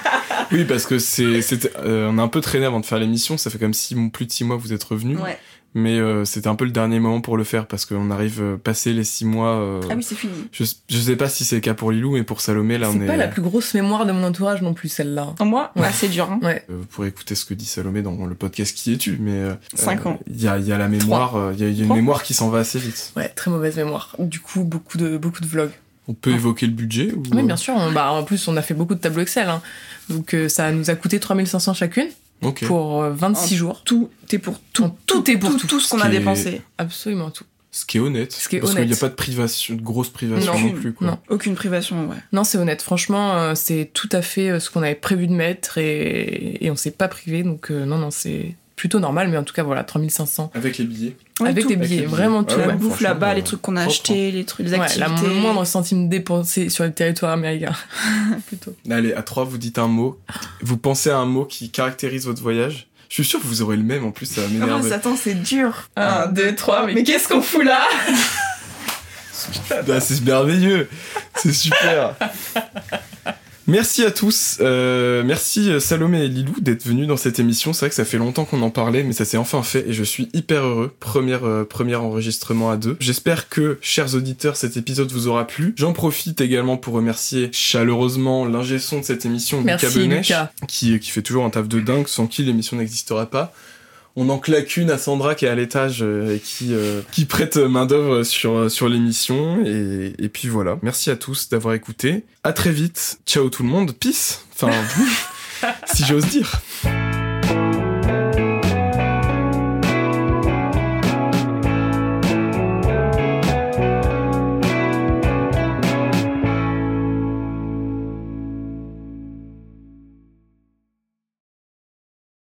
Speaker 1: oui parce que c'est c'était euh, on a un peu traîné avant de faire l'émission. Ça fait comme si mon plus de six mois vous êtes revenu.
Speaker 3: Ouais.
Speaker 1: Mais euh, c'était un peu le dernier moment pour le faire parce qu'on arrive euh, passer les six mois. euh,
Speaker 3: Ah oui, c'est fini.
Speaker 1: Je, je sais pas si c'est le cas pour Lilou, mais pour Salomé, là, on
Speaker 2: C'est
Speaker 1: est.
Speaker 2: pas la plus grosse mémoire de mon entourage non plus, celle-là.
Speaker 3: En moi,
Speaker 2: Ouais.
Speaker 3: ah, c'est dur. hein.
Speaker 2: Ouais.
Speaker 1: Euh, Vous pourrez écouter ce que dit Salomé dans le podcast Qui es-tu Mais euh,
Speaker 3: Cinq
Speaker 1: euh,
Speaker 3: ans.
Speaker 1: Il y a, il y a la mémoire, euh, il y a, il y a une
Speaker 3: Trois.
Speaker 1: mémoire qui s'en va assez vite.
Speaker 2: Ouais, très mauvaise mémoire. Du coup, beaucoup de, beaucoup de vlogs.
Speaker 1: On peut
Speaker 2: Ah.
Speaker 1: évoquer le budget ou...
Speaker 2: Oui, bien sûr. on- bah, en plus, on a fait beaucoup de tableaux Excel. hein. Donc, euh, ça nous a coûté 3500 chacune
Speaker 1: Ok.
Speaker 2: pour euh, 26 jours.
Speaker 3: Tout est pour tout.
Speaker 2: En tout est pour tout.
Speaker 3: Tout ce qu'on
Speaker 1: Ce
Speaker 3: a
Speaker 1: qui est-
Speaker 3: dépensé.
Speaker 2: Absolument tout.
Speaker 1: Ce qui est honnête.
Speaker 2: Ce qui est
Speaker 1: parce qu'il
Speaker 2: honnête.
Speaker 1: n'y a pas de privation, de grosse privation non,
Speaker 3: Non.
Speaker 1: plus. Quoi.
Speaker 2: Non.
Speaker 3: Aucune privation, ouais.
Speaker 2: Non, c'est honnête. Franchement, euh, c'est tout à fait euh, ce qu'on avait prévu de mettre et, et on s'est pas privé. Donc, euh, non, non, c'est plutôt normal. Mais en tout cas, voilà, 3500
Speaker 1: Avec les billets.
Speaker 3: Ouais,
Speaker 2: avec
Speaker 3: tout.
Speaker 2: les
Speaker 1: Avec les
Speaker 2: billets.
Speaker 1: billets.
Speaker 2: Vraiment tout.
Speaker 1: Ah
Speaker 3: La
Speaker 1: ouais,
Speaker 3: bouffe
Speaker 1: franchement,
Speaker 3: là-bas,
Speaker 1: euh,
Speaker 3: les trucs qu'on a
Speaker 1: propre,
Speaker 3: achetés, les trucs, les
Speaker 2: Ouais,
Speaker 3: activités.
Speaker 2: la moindre centime dépensé sur le territoire américain. plutôt.
Speaker 1: Allez, à trois, vous dites un mot. Vous pensez à un mot qui caractérise votre voyage. Je suis sûr que vous aurez le même en plus, ça
Speaker 3: Ah,
Speaker 1: m'énerve.
Speaker 3: attends, c'est dur.
Speaker 2: Un, deux, trois, mais
Speaker 3: qu'est-ce qu'on fout là
Speaker 1: Bah, c'est merveilleux, c'est super. Merci à tous. Euh, merci euh, Salomé et Lilou d'être venus dans cette émission. C'est vrai que ça fait longtemps qu'on en parlait, mais ça s'est enfin fait et je suis hyper heureux. Premier, euh, premier enregistrement à deux. J'espère que, chers auditeurs, cet épisode vous aura plu. J'en profite également pour remercier chaleureusement l'ingé son de cette émission,
Speaker 2: Merci,
Speaker 1: Lucas Benech,
Speaker 2: Lucas.
Speaker 1: Qui, euh, qui fait toujours un taf de dingue sans qui l'émission n'existera pas. On en claque une à Sandra qui est à l'étage euh, et qui, euh, qui prête main d'œuvre sur, sur l'émission. Et, et puis voilà. Merci à tous d'avoir écouté. À très vite. Ciao tout le monde. Peace. Enfin, si j'ose dire.